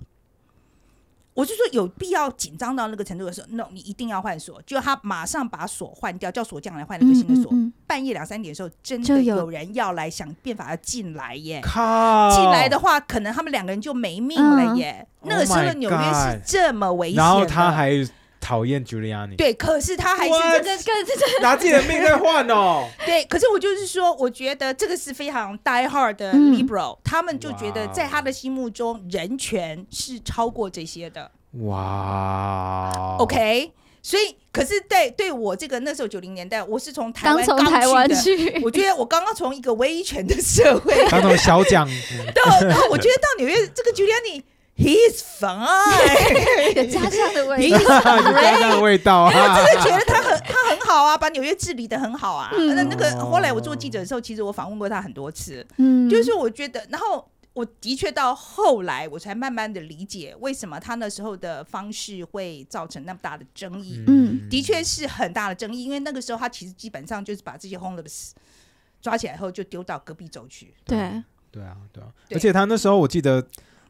[SPEAKER 1] 我就说有必要紧张到那个程度的时候，no，你一定要换锁。就他马上把锁换掉，叫锁匠来换了一个新的锁。
[SPEAKER 2] 嗯
[SPEAKER 1] 半夜两三点的时候，真
[SPEAKER 2] 就
[SPEAKER 1] 的
[SPEAKER 2] 有
[SPEAKER 1] 有人要来想办法要进来耶。
[SPEAKER 3] 靠
[SPEAKER 1] 进来的话，可能他们两个人就没命了耶。
[SPEAKER 3] 哦嗯
[SPEAKER 1] 那个时候
[SPEAKER 3] Oh
[SPEAKER 1] 的
[SPEAKER 3] my
[SPEAKER 1] 纽约是
[SPEAKER 3] God
[SPEAKER 1] 这么危险的，
[SPEAKER 3] 然后他还讨厌 Giuliani，
[SPEAKER 1] 对，可是他还是
[SPEAKER 3] What？
[SPEAKER 1] 这个
[SPEAKER 3] 拿自己的命在换 哦。
[SPEAKER 1] 对，可是我就是说，我觉得这个是非常 die hard 的
[SPEAKER 2] 嗯
[SPEAKER 1] liberal，、他们就觉得
[SPEAKER 3] 哇哦
[SPEAKER 1] 在他的心目中，人权是超过这些的。
[SPEAKER 3] 哇哦
[SPEAKER 1] OK，所以可是对对我这个那时候九零年代，我是从台
[SPEAKER 2] 刚
[SPEAKER 1] 湾
[SPEAKER 2] 从台湾
[SPEAKER 1] 的，
[SPEAKER 2] 去，
[SPEAKER 1] 我觉得我刚刚从一个威权的社 会
[SPEAKER 3] 当那种小 奖，
[SPEAKER 1] 到，然后我觉得到纽约这个 Giuliani，he's fine，
[SPEAKER 2] 有 家乡 的味
[SPEAKER 1] 你
[SPEAKER 2] 道。
[SPEAKER 3] 有家乡的味道啊！
[SPEAKER 1] 就觉得他很他很好啊，把纽约治理的很好啊。
[SPEAKER 2] 嗯
[SPEAKER 1] 那那个后来我做记者的时候，其实我访问过他很多次，
[SPEAKER 2] 嗯，
[SPEAKER 1] 就是我觉得，然后我的确到后来，我才慢慢的理解为什么他那时候的方式会造成那么大的争议。
[SPEAKER 2] 嗯
[SPEAKER 1] 的确是很大的争议，因为那个时候他其实基本上就是把这些 homeless 抓起来后就丢到隔壁州去。
[SPEAKER 2] 对，
[SPEAKER 3] 对啊，对啊，
[SPEAKER 1] 对
[SPEAKER 3] 而且他那时候我记得，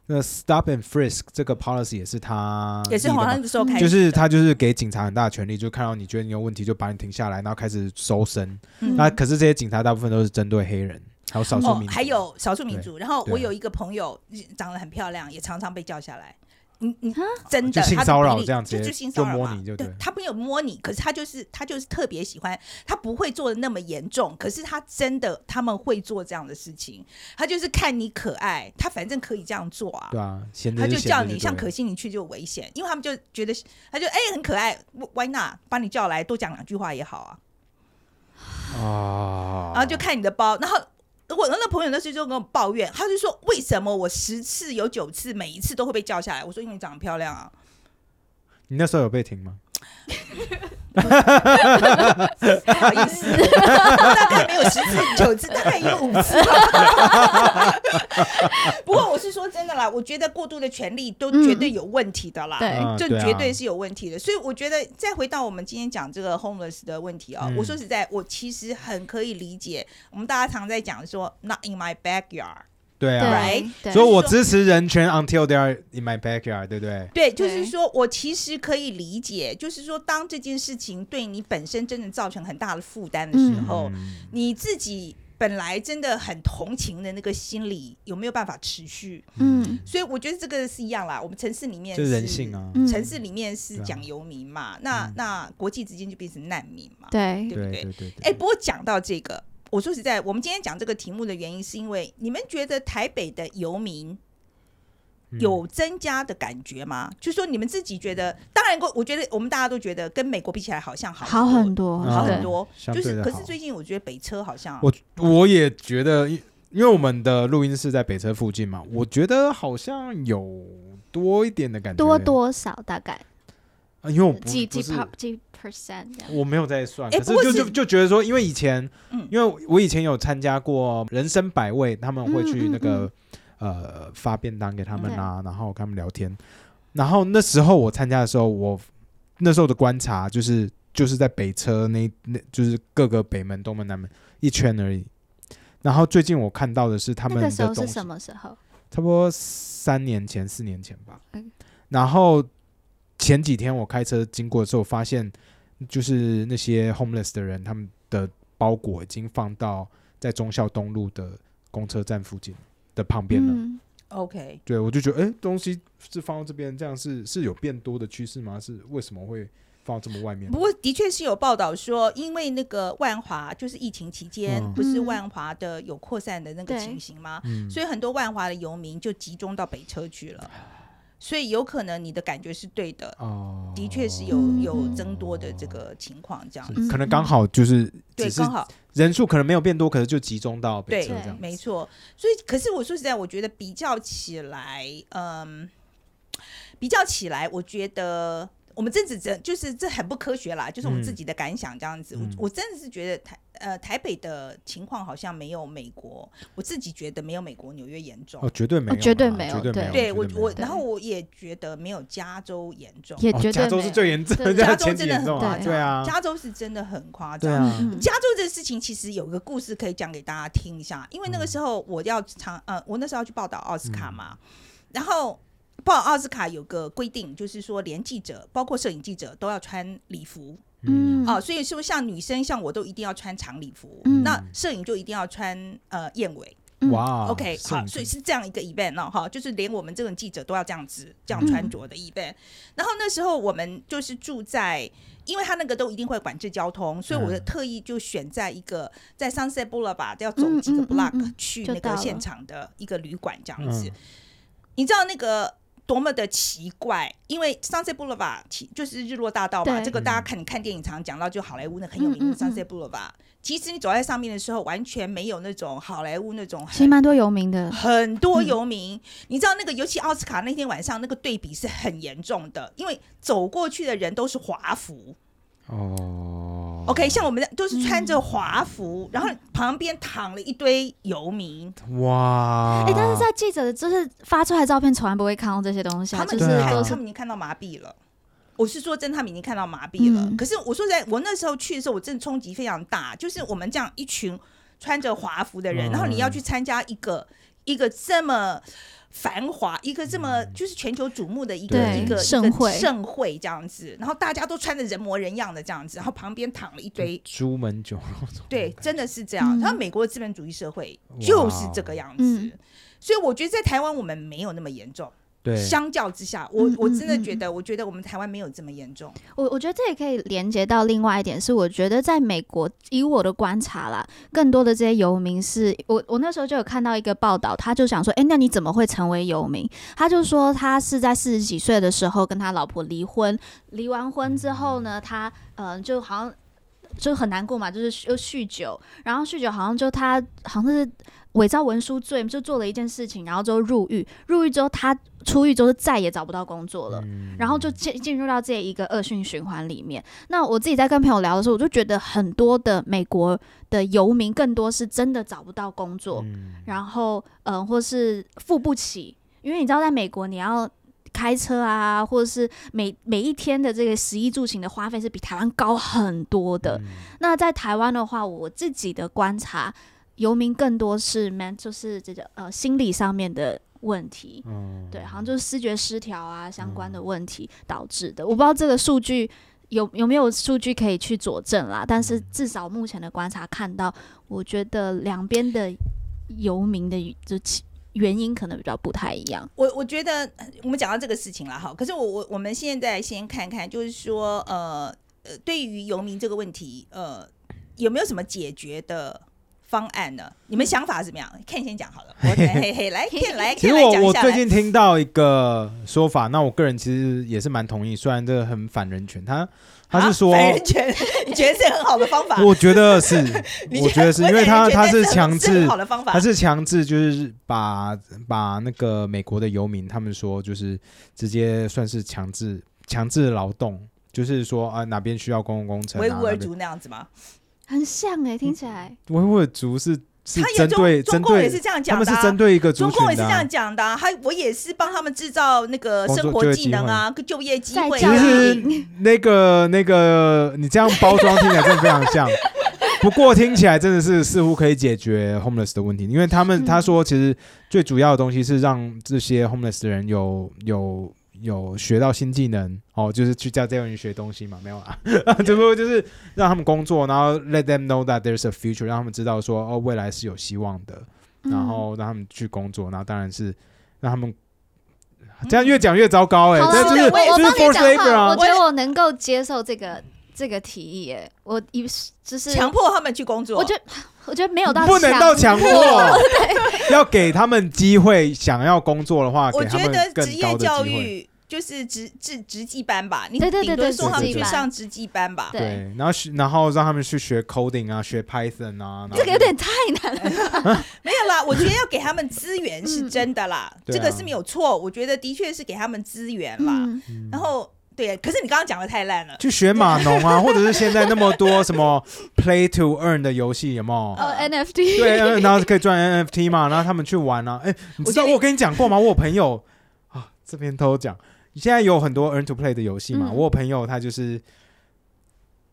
[SPEAKER 3] 那 stop and frisk 这个 policy 也是他
[SPEAKER 1] 也是
[SPEAKER 3] 立的
[SPEAKER 1] 好
[SPEAKER 3] 嘛
[SPEAKER 1] 像那个时候开始的，
[SPEAKER 3] 嗯就是他就是给警察很大的权利，就看到你觉得你有问题，就把你停下来，然后开始搜身。
[SPEAKER 1] 嗯
[SPEAKER 3] 那可是这些警察大部分都是针对黑人，还有少数
[SPEAKER 1] 哦
[SPEAKER 3] 民，族，
[SPEAKER 1] 还有少数民族。然后
[SPEAKER 3] 对啊
[SPEAKER 1] 我有一个朋友长得很漂亮，也常常被叫下来。你你真
[SPEAKER 3] 啊就
[SPEAKER 1] 的
[SPEAKER 3] 性
[SPEAKER 1] 他的
[SPEAKER 3] 骚扰
[SPEAKER 1] 比例
[SPEAKER 3] 这样直
[SPEAKER 1] 就
[SPEAKER 3] 接
[SPEAKER 1] 就性骚
[SPEAKER 3] 就
[SPEAKER 1] 扰
[SPEAKER 3] 摸
[SPEAKER 1] 嘛
[SPEAKER 3] 你就
[SPEAKER 1] 对
[SPEAKER 3] 对
[SPEAKER 1] 他没有摸你，可是他就是他就是特别喜欢，他不会做的那么严重，可是他真的他们会做这样的事情，他就是看你可爱，他反正可以这样做啊，
[SPEAKER 3] 对啊，闲着
[SPEAKER 1] 他
[SPEAKER 3] 是
[SPEAKER 1] 就
[SPEAKER 3] 闲
[SPEAKER 1] 叫
[SPEAKER 3] 着
[SPEAKER 1] 你
[SPEAKER 3] 对
[SPEAKER 1] 像
[SPEAKER 3] 了
[SPEAKER 1] 可心你去就有危险，因为他们就觉得他就哎、很可爱，Why not 把你叫来多讲两句话也好啊，
[SPEAKER 3] 啊，
[SPEAKER 1] 然后就看你的包，然后。我那朋友那时候就跟我抱怨，他就说：“为什么我十次有九次，每一次都会被叫下来？”我说：“因为你长得漂亮啊。
[SPEAKER 3] 你那时候有被停吗？”
[SPEAKER 1] 不好意 思，大概没有十次九次，大概也有五次吧。 不过我是说真的啦，我觉得过度的权利都绝对有问题的啦。
[SPEAKER 2] 嗯对
[SPEAKER 3] 啊
[SPEAKER 1] 这
[SPEAKER 3] 啊
[SPEAKER 1] 绝对是有问题的。所以我觉得，再回到我们今天讲这个 homeless 的问题啊、
[SPEAKER 3] 嗯
[SPEAKER 1] 我说实在，我其实很可以理解，我们大家常在讲说 “not in my backyard”，
[SPEAKER 3] 对啊。
[SPEAKER 1] Right？
[SPEAKER 2] 对，对
[SPEAKER 3] 所以我支持人权 until they are in my backyard，对不对？
[SPEAKER 1] 对，就
[SPEAKER 2] 对
[SPEAKER 1] 是说我其实可以理解，就是说当这件事情对你本身真的造成很大的负担的时
[SPEAKER 2] 嗯
[SPEAKER 1] 候，
[SPEAKER 3] 嗯
[SPEAKER 1] 你自己。本来真的很同情的那个心理有没有办法持续？
[SPEAKER 2] 嗯
[SPEAKER 1] 所以我觉得这个是一样啦。我们城市里面
[SPEAKER 3] 就是人性，啊，
[SPEAKER 2] 嗯
[SPEAKER 1] 城市里面是
[SPEAKER 3] 对啊
[SPEAKER 1] 讲游民嘛，那
[SPEAKER 3] 嗯
[SPEAKER 1] 那国际之间就变成难民嘛。
[SPEAKER 2] 对
[SPEAKER 1] 对不
[SPEAKER 3] 对对。
[SPEAKER 1] 哎、不过讲到这个，我说实在，我们今天讲这个题目的原因，是因为你们觉得台北的游民
[SPEAKER 3] 嗯
[SPEAKER 1] 哎有增加的感觉吗？就说你们自己觉得，当然，我我觉得我们大家都觉得跟美国比起来好像好
[SPEAKER 2] 好
[SPEAKER 1] 很
[SPEAKER 2] 很多，
[SPEAKER 3] 嗯
[SPEAKER 1] 好
[SPEAKER 2] 对
[SPEAKER 1] 很多，
[SPEAKER 3] 相
[SPEAKER 1] 就
[SPEAKER 3] 对
[SPEAKER 1] 是
[SPEAKER 3] 的
[SPEAKER 1] 可
[SPEAKER 3] 好
[SPEAKER 1] 是最近我觉得北车好像
[SPEAKER 3] 我我也觉得，因因为我们的录音室在北车附近嘛，我觉得好像有多一点的感觉，
[SPEAKER 2] 多多少大概
[SPEAKER 3] 啊，因为我不
[SPEAKER 2] 几
[SPEAKER 3] 不
[SPEAKER 2] 几
[SPEAKER 3] 是
[SPEAKER 2] per 几 percent 这样。
[SPEAKER 3] 我没有在算，
[SPEAKER 1] 哎
[SPEAKER 3] 可
[SPEAKER 1] 不过
[SPEAKER 3] 就是就就觉得说，因为以前，
[SPEAKER 1] 嗯
[SPEAKER 3] 因为我以前有参加过人生百味，他们会
[SPEAKER 2] 嗯
[SPEAKER 3] 去
[SPEAKER 2] 嗯
[SPEAKER 3] 那个、呃发便当给他们啊，然后跟他们聊天，然后那时候我参加的时候，我那时候的观察就是就是在北车那那就是各个北门、东门、南门一圈而已。然后最近我看到的是他
[SPEAKER 2] 那
[SPEAKER 3] 们
[SPEAKER 2] 个
[SPEAKER 3] 的
[SPEAKER 2] 时候
[SPEAKER 3] 东
[SPEAKER 2] 是
[SPEAKER 3] 西
[SPEAKER 2] 什么时候？
[SPEAKER 3] 差不多三年前、四年前吧。
[SPEAKER 2] 嗯
[SPEAKER 3] 然后前几天我开车经过的时候，发现就是那些 homeless 的人，他们的包裹已经放到在忠孝东路的公车站附近的旁边了。
[SPEAKER 2] 嗯，
[SPEAKER 1] OK，
[SPEAKER 3] 对，我就觉得，哎，东西是放到这边，这样是是有变多的趋势吗？是为什么会放到这么外面？
[SPEAKER 1] 不过的确是有报道说，因为那个万华就是疫情期间，
[SPEAKER 3] 嗯
[SPEAKER 1] 不是
[SPEAKER 2] 嗯
[SPEAKER 1] 万华的有扩散的那个
[SPEAKER 2] 对
[SPEAKER 1] 情形吗？
[SPEAKER 3] 嗯，
[SPEAKER 1] 所以很多万华的游民就集中到北车去了，所以有可能你的感觉是对的，
[SPEAKER 3] 哦，
[SPEAKER 1] 的确是有有增多的这个情况，这样
[SPEAKER 3] 是
[SPEAKER 1] 子。
[SPEAKER 3] 嗯可能刚好就是
[SPEAKER 1] 对，
[SPEAKER 3] 只是
[SPEAKER 1] 刚好
[SPEAKER 3] 人数可能没有变多，可是就集中到北
[SPEAKER 1] 对
[SPEAKER 3] 车这样。
[SPEAKER 1] 没错。所以，可是我说实在，我觉得比较起来，嗯，比较起来，我觉得我们这只这就是这很不科学啦，就是我们
[SPEAKER 3] 嗯
[SPEAKER 1] 自己的感想这样子。
[SPEAKER 3] 嗯
[SPEAKER 1] 我我真的是觉得台呃台北的情况好像没有美国，我自己觉得没有美国纽约严重。
[SPEAKER 3] 哦，绝对没有
[SPEAKER 2] 哦
[SPEAKER 3] 啦，
[SPEAKER 2] 绝对没有
[SPEAKER 3] 绝对啊
[SPEAKER 2] 对
[SPEAKER 3] 没
[SPEAKER 1] 对
[SPEAKER 3] 有。
[SPEAKER 1] 我
[SPEAKER 3] 绝没有
[SPEAKER 1] 我，
[SPEAKER 2] 对
[SPEAKER 1] 然后我也觉得没有加州严 重，
[SPEAKER 2] 也
[SPEAKER 3] 哦
[SPEAKER 2] 绝
[SPEAKER 3] 加
[SPEAKER 2] 对
[SPEAKER 3] 州
[SPEAKER 2] 没
[SPEAKER 3] 是
[SPEAKER 2] 有
[SPEAKER 3] 最严重，
[SPEAKER 2] 对
[SPEAKER 3] 加
[SPEAKER 1] 加
[SPEAKER 3] 州
[SPEAKER 1] 州真
[SPEAKER 3] 前几
[SPEAKER 1] 的
[SPEAKER 3] 严
[SPEAKER 1] 很
[SPEAKER 3] 重啊，
[SPEAKER 2] 夸
[SPEAKER 3] 对啊，
[SPEAKER 1] 加州是真的很夸张
[SPEAKER 3] 对。啊，
[SPEAKER 2] 嗯
[SPEAKER 1] 加州这事情其实有个故事可以讲给大家听一下，因为
[SPEAKER 2] 嗯
[SPEAKER 1] 那个时候我要常呃，我那时候要去报道奥斯卡嘛，然后报奥斯卡有个规定，就是说连记者包括摄影记者都要穿礼服
[SPEAKER 3] 嗯，
[SPEAKER 2] 嗯
[SPEAKER 1] 啊、所以说像女生像我都一定要穿长礼服，
[SPEAKER 2] 嗯
[SPEAKER 1] 那摄影就一定要穿呃燕尾。
[SPEAKER 2] 嗯
[SPEAKER 3] 哇
[SPEAKER 1] OK，好，
[SPEAKER 3] 圣
[SPEAKER 1] 所以是这样一个 event 哦，哈，就是连我们这种记者都要这样子这
[SPEAKER 2] 嗯
[SPEAKER 1] 样穿着的 event、然后那时候我们就是住在，因为他那个都一定会管制交通，所以我就特意就选在一个在 Sunset Boulevard 要走几个
[SPEAKER 2] 嗯嗯嗯
[SPEAKER 1] block、
[SPEAKER 2] 嗯
[SPEAKER 1] 去
[SPEAKER 2] 就
[SPEAKER 1] 那
[SPEAKER 2] 到
[SPEAKER 1] 个
[SPEAKER 2] 了
[SPEAKER 1] 现场的一个旅馆这样子。
[SPEAKER 3] 嗯
[SPEAKER 1] 你知道那个多么的奇怪？因为 Sunset Boulevard 其就是日落大道嘛，
[SPEAKER 2] 对
[SPEAKER 1] 这个大家看你看电影常讲到，就好莱坞那很有名的
[SPEAKER 2] 嗯嗯嗯
[SPEAKER 1] Sunset Boulevard。其实你走在上面的时候，完全没有那种好莱坞那种
[SPEAKER 2] 其实
[SPEAKER 1] 很
[SPEAKER 2] 蛮多有名的，
[SPEAKER 1] 很多游民，你知道那个，尤其奥斯卡那天晚上那个对比是很严重的，因为走过去的人都是华服、
[SPEAKER 3] 哦
[SPEAKER 1] o k 像我们都是穿着华服，然后旁边躺了一堆游民，
[SPEAKER 3] 哇，
[SPEAKER 2] 哎、
[SPEAKER 3] 哦
[SPEAKER 2] 但是在记者的就是发出来的照片，从来不会看到这些东西、啊，
[SPEAKER 1] 他们
[SPEAKER 2] 就
[SPEAKER 1] 已
[SPEAKER 2] 是
[SPEAKER 1] 经
[SPEAKER 3] 对啊
[SPEAKER 1] 看，
[SPEAKER 2] 都
[SPEAKER 1] 他
[SPEAKER 2] 是
[SPEAKER 1] 们已经看到麻痹了。我是说真，他们已经看到麻痹了。
[SPEAKER 2] 嗯
[SPEAKER 1] 可是我说实在，我那时候去的时候，我真的冲击非常大，就是我们这样一群穿着华服的人，
[SPEAKER 3] 嗯
[SPEAKER 1] 然后你要去参加一个一个这么。繁华一个这么就是全球瞩目的一个
[SPEAKER 3] 对
[SPEAKER 1] 一个
[SPEAKER 2] 盛会
[SPEAKER 1] 一个盛会这样子，然后大家都穿的人模人样的这样子，然后旁边躺了一堆，
[SPEAKER 3] 朱门酒肉粽，
[SPEAKER 1] 对，真的是这样。
[SPEAKER 2] 嗯
[SPEAKER 1] 然后美国资本主义社会就是这个样子
[SPEAKER 2] 嗯，
[SPEAKER 1] 所以我觉得在台湾我们没有那么严重。
[SPEAKER 3] 对，
[SPEAKER 1] 相较之下，我
[SPEAKER 2] 嗯
[SPEAKER 1] 我
[SPEAKER 2] 嗯
[SPEAKER 1] 真的
[SPEAKER 2] 嗯
[SPEAKER 1] 觉得，我觉得我们台湾没有这么严重。
[SPEAKER 2] 我我觉得这也可以连接到另外一点，是我觉得在美国，以我的观察啦，更多的这些游民是我我那时候就有看到一个报道，他就想说，哎，那你怎么会成为游民？他就说他是在四十几岁的时候跟他老婆离婚，离完婚之后呢，他嗯、呃就好像。就很难过嘛，就是又酗酒，然后酗酒好像就他好像是伪造文书罪，就做了一件事情，然后就入狱，入狱之后他出狱之后就再也找不到工作了，然后就进进入到这一个恶性循环里面。那我自己在跟朋友聊的时候，我就觉得很多的美国的游民更多是真的找不到工作，
[SPEAKER 3] 嗯
[SPEAKER 2] 然后嗯、呃或是付不起，因为你知道在美国你要。开车啊，或者是每每一天的这个食衣住行的花费是比台湾高很多的。那在台湾的话，我自己的观察，游民更多是 man 就是这个呃心理上面的问题。
[SPEAKER 3] 嗯
[SPEAKER 2] 对，好像就是视觉失调啊相关的问题导致的。我不知道这个数据有有没有数据可以去佐证啦，但是至少目前的观察看到，我觉得两边的游民的就其原因可能比较不太一样。
[SPEAKER 1] 我我觉得呃我们讲到这个事情了哈，可是我我我们现在先看看，就是说呃呃，对于游民这个问题，呃，有没有什么解决的方案呢？你们想法怎么样？Ken 先讲好了， 我等嘿嘿来，Ken 来
[SPEAKER 3] 其
[SPEAKER 1] ，Ken
[SPEAKER 3] 实
[SPEAKER 1] 来
[SPEAKER 3] 我
[SPEAKER 1] 讲一
[SPEAKER 3] 我
[SPEAKER 1] 下
[SPEAKER 3] 最
[SPEAKER 1] 来。
[SPEAKER 3] 近听到一个说法，那我个人其实也是蛮同意，虽然这个很反人权，他他
[SPEAKER 1] 啊
[SPEAKER 3] 是说，
[SPEAKER 1] 反人权，你觉得是很好的方法？
[SPEAKER 3] 我觉得是
[SPEAKER 1] 你，
[SPEAKER 3] 我觉得是因为他
[SPEAKER 1] 你觉得
[SPEAKER 3] 他是
[SPEAKER 1] 很
[SPEAKER 3] 强
[SPEAKER 1] 是很
[SPEAKER 3] 制
[SPEAKER 1] 好的方法
[SPEAKER 3] 他。是强制，就是把把那个美国的游民，他们说就是直接算是强制强制劳动，就是说啊哪边需要公共工程、啊，
[SPEAKER 1] 维吾尔
[SPEAKER 3] 哪边
[SPEAKER 1] 族那样子吗？
[SPEAKER 2] 很像哎、听起来
[SPEAKER 3] 维吾尔族是是
[SPEAKER 1] 他也
[SPEAKER 3] 针对
[SPEAKER 1] 中中
[SPEAKER 3] 针
[SPEAKER 1] 共也是
[SPEAKER 3] 对，
[SPEAKER 1] 这样
[SPEAKER 3] 他
[SPEAKER 1] 讲
[SPEAKER 3] 们
[SPEAKER 1] 的、
[SPEAKER 3] 是
[SPEAKER 1] 啊，
[SPEAKER 3] 针对一个族
[SPEAKER 1] 中共也
[SPEAKER 3] 群
[SPEAKER 1] 是
[SPEAKER 3] 的
[SPEAKER 1] 这
[SPEAKER 3] 啊、
[SPEAKER 1] 样讲的、啊，还我也是帮他们制造那个
[SPEAKER 3] 工作
[SPEAKER 1] 生活技能啊，跟就业机
[SPEAKER 2] 在
[SPEAKER 1] 会
[SPEAKER 2] 教
[SPEAKER 3] 其
[SPEAKER 2] 育
[SPEAKER 3] 实
[SPEAKER 1] 啊。
[SPEAKER 2] 营，
[SPEAKER 3] 那个那个，你这样包装听起来真的非常像。不过听起来真的是似乎可以解决 homeless 的问题，因为他们
[SPEAKER 2] 嗯
[SPEAKER 3] 他说其实最主要的东西是让这些 homeless 的人有有有学到新技能哦，就是去教这样人学东西嘛，没有啦，只不过就是让他们工作，然后 let them know that there's a future，让他们知道说哦未来是有希望的，
[SPEAKER 2] 嗯
[SPEAKER 3] 然后让他们去工作，然后当然是让他们这样越讲越糟糕哎、
[SPEAKER 2] 嗯好
[SPEAKER 3] 欸，
[SPEAKER 2] 了，
[SPEAKER 3] 这
[SPEAKER 2] 我
[SPEAKER 3] 就是
[SPEAKER 2] 我我
[SPEAKER 3] 就是
[SPEAKER 2] 帮
[SPEAKER 3] forced
[SPEAKER 2] 你
[SPEAKER 3] labor
[SPEAKER 2] 讲
[SPEAKER 3] 啊
[SPEAKER 2] 话，我，觉得我能够接受这个这个提议哎、我一就是
[SPEAKER 1] 强迫他们去工
[SPEAKER 3] 啊
[SPEAKER 1] 作，
[SPEAKER 2] 我觉得我觉得没有到，
[SPEAKER 3] 不能到强迫 要给他们机会。想要工作的话，
[SPEAKER 1] 我
[SPEAKER 3] 给他
[SPEAKER 1] 觉
[SPEAKER 3] 们
[SPEAKER 1] 得职
[SPEAKER 3] 更高
[SPEAKER 1] 业
[SPEAKER 3] 的
[SPEAKER 1] 教
[SPEAKER 3] 机会。
[SPEAKER 1] 育就是职职职技班吧，你
[SPEAKER 2] 对
[SPEAKER 1] 顶
[SPEAKER 2] 对对
[SPEAKER 1] 多
[SPEAKER 2] 对
[SPEAKER 1] 送他们去
[SPEAKER 3] 职技班
[SPEAKER 1] 上职技班吧。
[SPEAKER 2] 对，
[SPEAKER 3] 对，然后学然后让他们去学 coding 啊，学 Python 啊，然后
[SPEAKER 2] 这个有点太难了。
[SPEAKER 1] 没有啦，我觉得要给他们资源是真的啦，
[SPEAKER 3] 对
[SPEAKER 1] 这
[SPEAKER 3] 啊
[SPEAKER 1] 个是没有错。我觉得的确是给他们资源啦。
[SPEAKER 2] 嗯
[SPEAKER 1] 然后对，可是你刚刚讲的太烂了，
[SPEAKER 3] 去学码农啊，或者是现在那么多什么 play to earn 的游戏，有没有？
[SPEAKER 2] 哦，NFT，
[SPEAKER 3] 对，呃然后可以赚 NFT 嘛，然后他们去玩啊。哎、你知道
[SPEAKER 1] 我觉得
[SPEAKER 3] 我跟你讲过吗？我有 朋友啊，这边偷讲，现在有很多 earn to play 的游戏嘛。
[SPEAKER 2] 嗯
[SPEAKER 3] 我有朋友他就是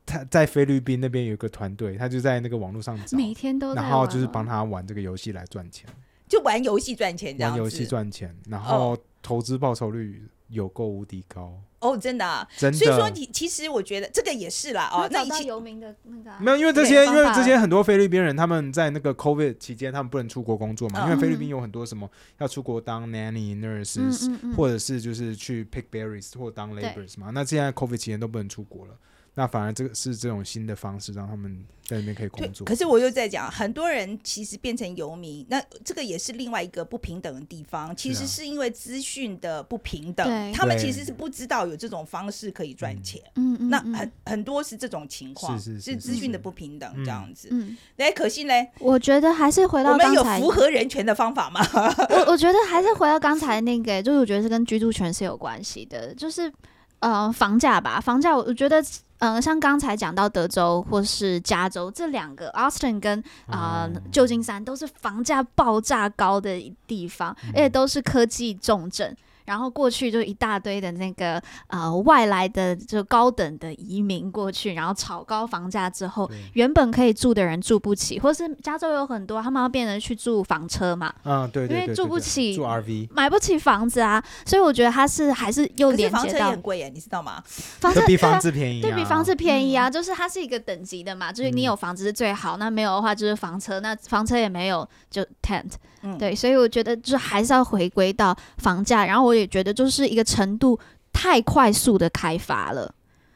[SPEAKER 3] 他在菲律宾那边有一个团队，他就在那个网络上找，
[SPEAKER 2] 每天都在
[SPEAKER 3] 然
[SPEAKER 2] 玩
[SPEAKER 3] 后就是
[SPEAKER 2] 哦
[SPEAKER 3] 帮他玩这个游戏来赚钱，
[SPEAKER 1] 就玩游戏赚钱这样
[SPEAKER 3] 玩
[SPEAKER 1] 子。
[SPEAKER 3] 游戏赚钱，然后投资报酬率有够无敌高，
[SPEAKER 1] 哦，真的啊、
[SPEAKER 3] 真的。
[SPEAKER 1] 所以说你其实我觉得这个也是啦哦，那
[SPEAKER 2] 找
[SPEAKER 1] 一
[SPEAKER 2] 到
[SPEAKER 1] 起
[SPEAKER 2] 游民的那个啊、
[SPEAKER 3] 没有，因为这
[SPEAKER 2] 对
[SPEAKER 3] 些，因
[SPEAKER 2] 方
[SPEAKER 3] 为
[SPEAKER 2] 法
[SPEAKER 3] 这些很多菲律宾人他们在那个 COVID 期间，他们不能出国工作嘛，因为菲律宾有很多什么要出国当 nanny nurses，、
[SPEAKER 2] 嗯嗯嗯
[SPEAKER 3] 或者是就是去 pick berries 或当 laborers 嘛。那现在 COVID 期间都不能出国了，那反而这个是这种新的方式，让他们在那边可以
[SPEAKER 1] 对
[SPEAKER 3] 工，作。
[SPEAKER 1] 可是我又在讲，很多人其实变成游民，那这个也是另外一个不平等的地
[SPEAKER 3] 啊
[SPEAKER 1] 方。其实是因为资讯的不平等，
[SPEAKER 2] 对
[SPEAKER 1] 他们
[SPEAKER 3] 对
[SPEAKER 1] 其实是不知道有这种方式可以赚钱。
[SPEAKER 2] 嗯嗯，
[SPEAKER 1] 那
[SPEAKER 2] 嗯
[SPEAKER 1] 很很多是这种情况，
[SPEAKER 3] 是是是
[SPEAKER 1] 资讯的
[SPEAKER 3] 是
[SPEAKER 1] 不平等
[SPEAKER 3] 嗯
[SPEAKER 1] 这样子。
[SPEAKER 2] 嗯，
[SPEAKER 1] 哎、可惜嘞，
[SPEAKER 2] 我觉得还是回
[SPEAKER 1] 我
[SPEAKER 2] 到
[SPEAKER 1] 们
[SPEAKER 2] 刚
[SPEAKER 1] 有
[SPEAKER 2] 才，
[SPEAKER 1] 符合人权的方法吗？
[SPEAKER 2] 我我觉得还是回到刚才那个，就是我觉得是跟居住权是有关系的，就是呃房价吧，房价我我觉得。嗯、像刚才讲到德州或是加州这两个，Austin 跟啊、呃
[SPEAKER 3] 哦
[SPEAKER 2] 旧金山都是房价爆炸高的地方，
[SPEAKER 3] 嗯
[SPEAKER 2] 而且都是科技重镇。然后过去就一大堆的那个呃外来的就高等的移民过去，然后炒高房价之后
[SPEAKER 3] 对，
[SPEAKER 2] 原本可以住的人住不起，或是加州有很多他们要变成去住房车嘛，
[SPEAKER 3] 嗯，对对
[SPEAKER 2] 因为
[SPEAKER 3] 对对
[SPEAKER 2] 住不
[SPEAKER 3] 对
[SPEAKER 2] 起
[SPEAKER 3] 住 RV，
[SPEAKER 2] 买不起房子啊，所以我觉得它是还是又
[SPEAKER 1] 可是
[SPEAKER 2] 连
[SPEAKER 1] 房车
[SPEAKER 2] 接
[SPEAKER 1] 也
[SPEAKER 2] 到
[SPEAKER 1] 很贵耶，你知道吗？
[SPEAKER 2] 房
[SPEAKER 3] 这
[SPEAKER 2] 子
[SPEAKER 3] 比
[SPEAKER 2] 对啊
[SPEAKER 3] 房子便宜、啊，
[SPEAKER 2] 对比房子便宜啊，就是它是一个等级的嘛，就是你
[SPEAKER 3] 嗯
[SPEAKER 2] 有房子是最好，那没有的话就是房车，那房车也没有就 tent，
[SPEAKER 1] 嗯，
[SPEAKER 2] 对，所以我觉得就是还是要回归到房价，然后我也觉得就是一个程度太快速的开发了，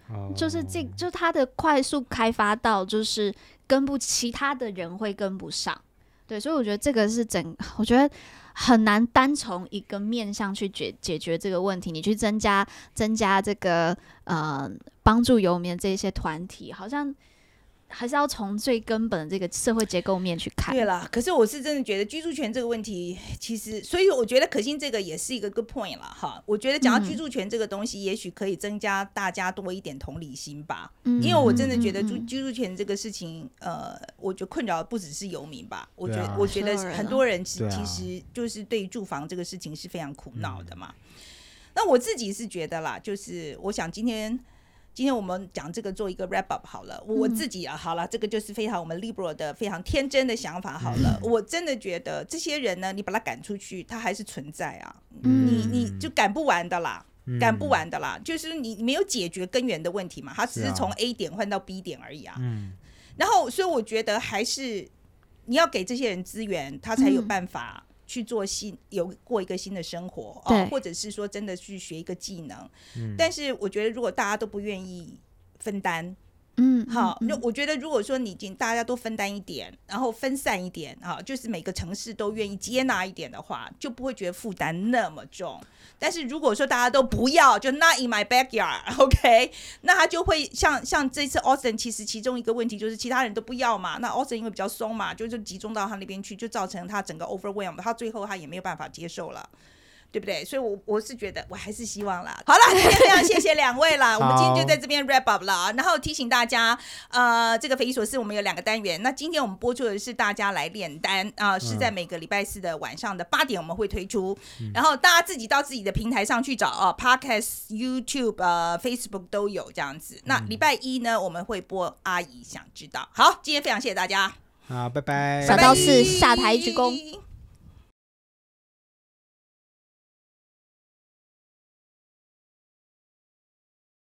[SPEAKER 3] 哦，
[SPEAKER 2] 就是这就是它的快速开发到就是跟不其他的人会跟不上，对，所以我觉得这个是整，我觉得很难单从一个面向去解解决这个问题。你去增加增加这个呃帮助游民的这一些团体，好像还是要从最根本的这个社会结构面去看。
[SPEAKER 1] 对啦，可是我是真的觉得居住权这个问题，其实，所以我觉得可心这个也是一个 good point 了哈。我觉得讲到居
[SPEAKER 2] 嗯
[SPEAKER 1] 住权这个东西，也许可以增加大家多一点同理心吧。
[SPEAKER 2] 嗯，
[SPEAKER 1] 因为我真的觉得
[SPEAKER 2] 嗯嗯
[SPEAKER 1] 居
[SPEAKER 2] 嗯
[SPEAKER 1] 居住权这个事情，呃，我觉得困扰的不只是游民吧，我觉
[SPEAKER 3] 对
[SPEAKER 1] 得、
[SPEAKER 3] 啊
[SPEAKER 1] 我觉得
[SPEAKER 2] 所有人啊
[SPEAKER 1] 很多人是、
[SPEAKER 3] 对啊
[SPEAKER 1] 其实就是对于住房这个事情是非常苦恼
[SPEAKER 3] 嗯
[SPEAKER 1] 的嘛。那我自己是觉得啦，就是我想今天。今天我们讲这个做一个 wrap up 好了，我我
[SPEAKER 2] 嗯
[SPEAKER 1] 自己啊，好了，这个就是非常我们 liberal 的非常天真的想法好了。
[SPEAKER 3] 嗯
[SPEAKER 1] 我真的觉得这些人呢，你把他赶出去，他还是存在啊，
[SPEAKER 2] 嗯
[SPEAKER 1] 你你就赶不完的啦。
[SPEAKER 3] 嗯
[SPEAKER 1] 赶不，完的啦，就是你没有解决根源的问题嘛，他只是
[SPEAKER 3] 是啊
[SPEAKER 1] 从 A 点换到 B 点而已啊。
[SPEAKER 3] 嗯，
[SPEAKER 1] 然后，所以我觉得还是你要给这些人资源，他才有
[SPEAKER 2] 嗯
[SPEAKER 1] 办法去做新、有过一个新的生活
[SPEAKER 2] 对
[SPEAKER 1] 哦，或者是说真的去学一个技能。
[SPEAKER 3] 嗯
[SPEAKER 1] 但是我觉得，如果大家都不愿意分担，
[SPEAKER 2] 嗯
[SPEAKER 1] 好，
[SPEAKER 2] 嗯
[SPEAKER 1] 那我觉得如果说你已经大家都分担一点，然后分散一点啊，就是每个城市都愿意接纳一点的话，就不会觉得负担那么重。但是如果说大家都不要，就 not in my backyard，OK，、那他就会像像这次 Austin，其实其中一个问题就是其他人都不要嘛，那 Austin 因为比较松嘛，就就集中到他那边去，就造成他整个 overwhelm，他最后他也没有办法接受了。对不对？所以我，我是觉得，我还是希望啦。好了，今天非常谢谢两位啦，我们今天就在这边 wrap up 了啊。然后提醒大家，呃，这个匪夷所思，我们有两个单元。那今天我们播出的是大家来炼丹啊、是在每个礼拜四的晚上的八点我们会推出。然后大家自己到自己的平台上去找啊，Podcast、YouTube、呃、Facebook 都有这样子。那礼拜一呢，我们会播阿姨想知道。好，今天非常谢谢大家，
[SPEAKER 3] 好，拜拜，
[SPEAKER 2] 小
[SPEAKER 1] 拜
[SPEAKER 2] 道士下台鞠躬。
[SPEAKER 1] 拜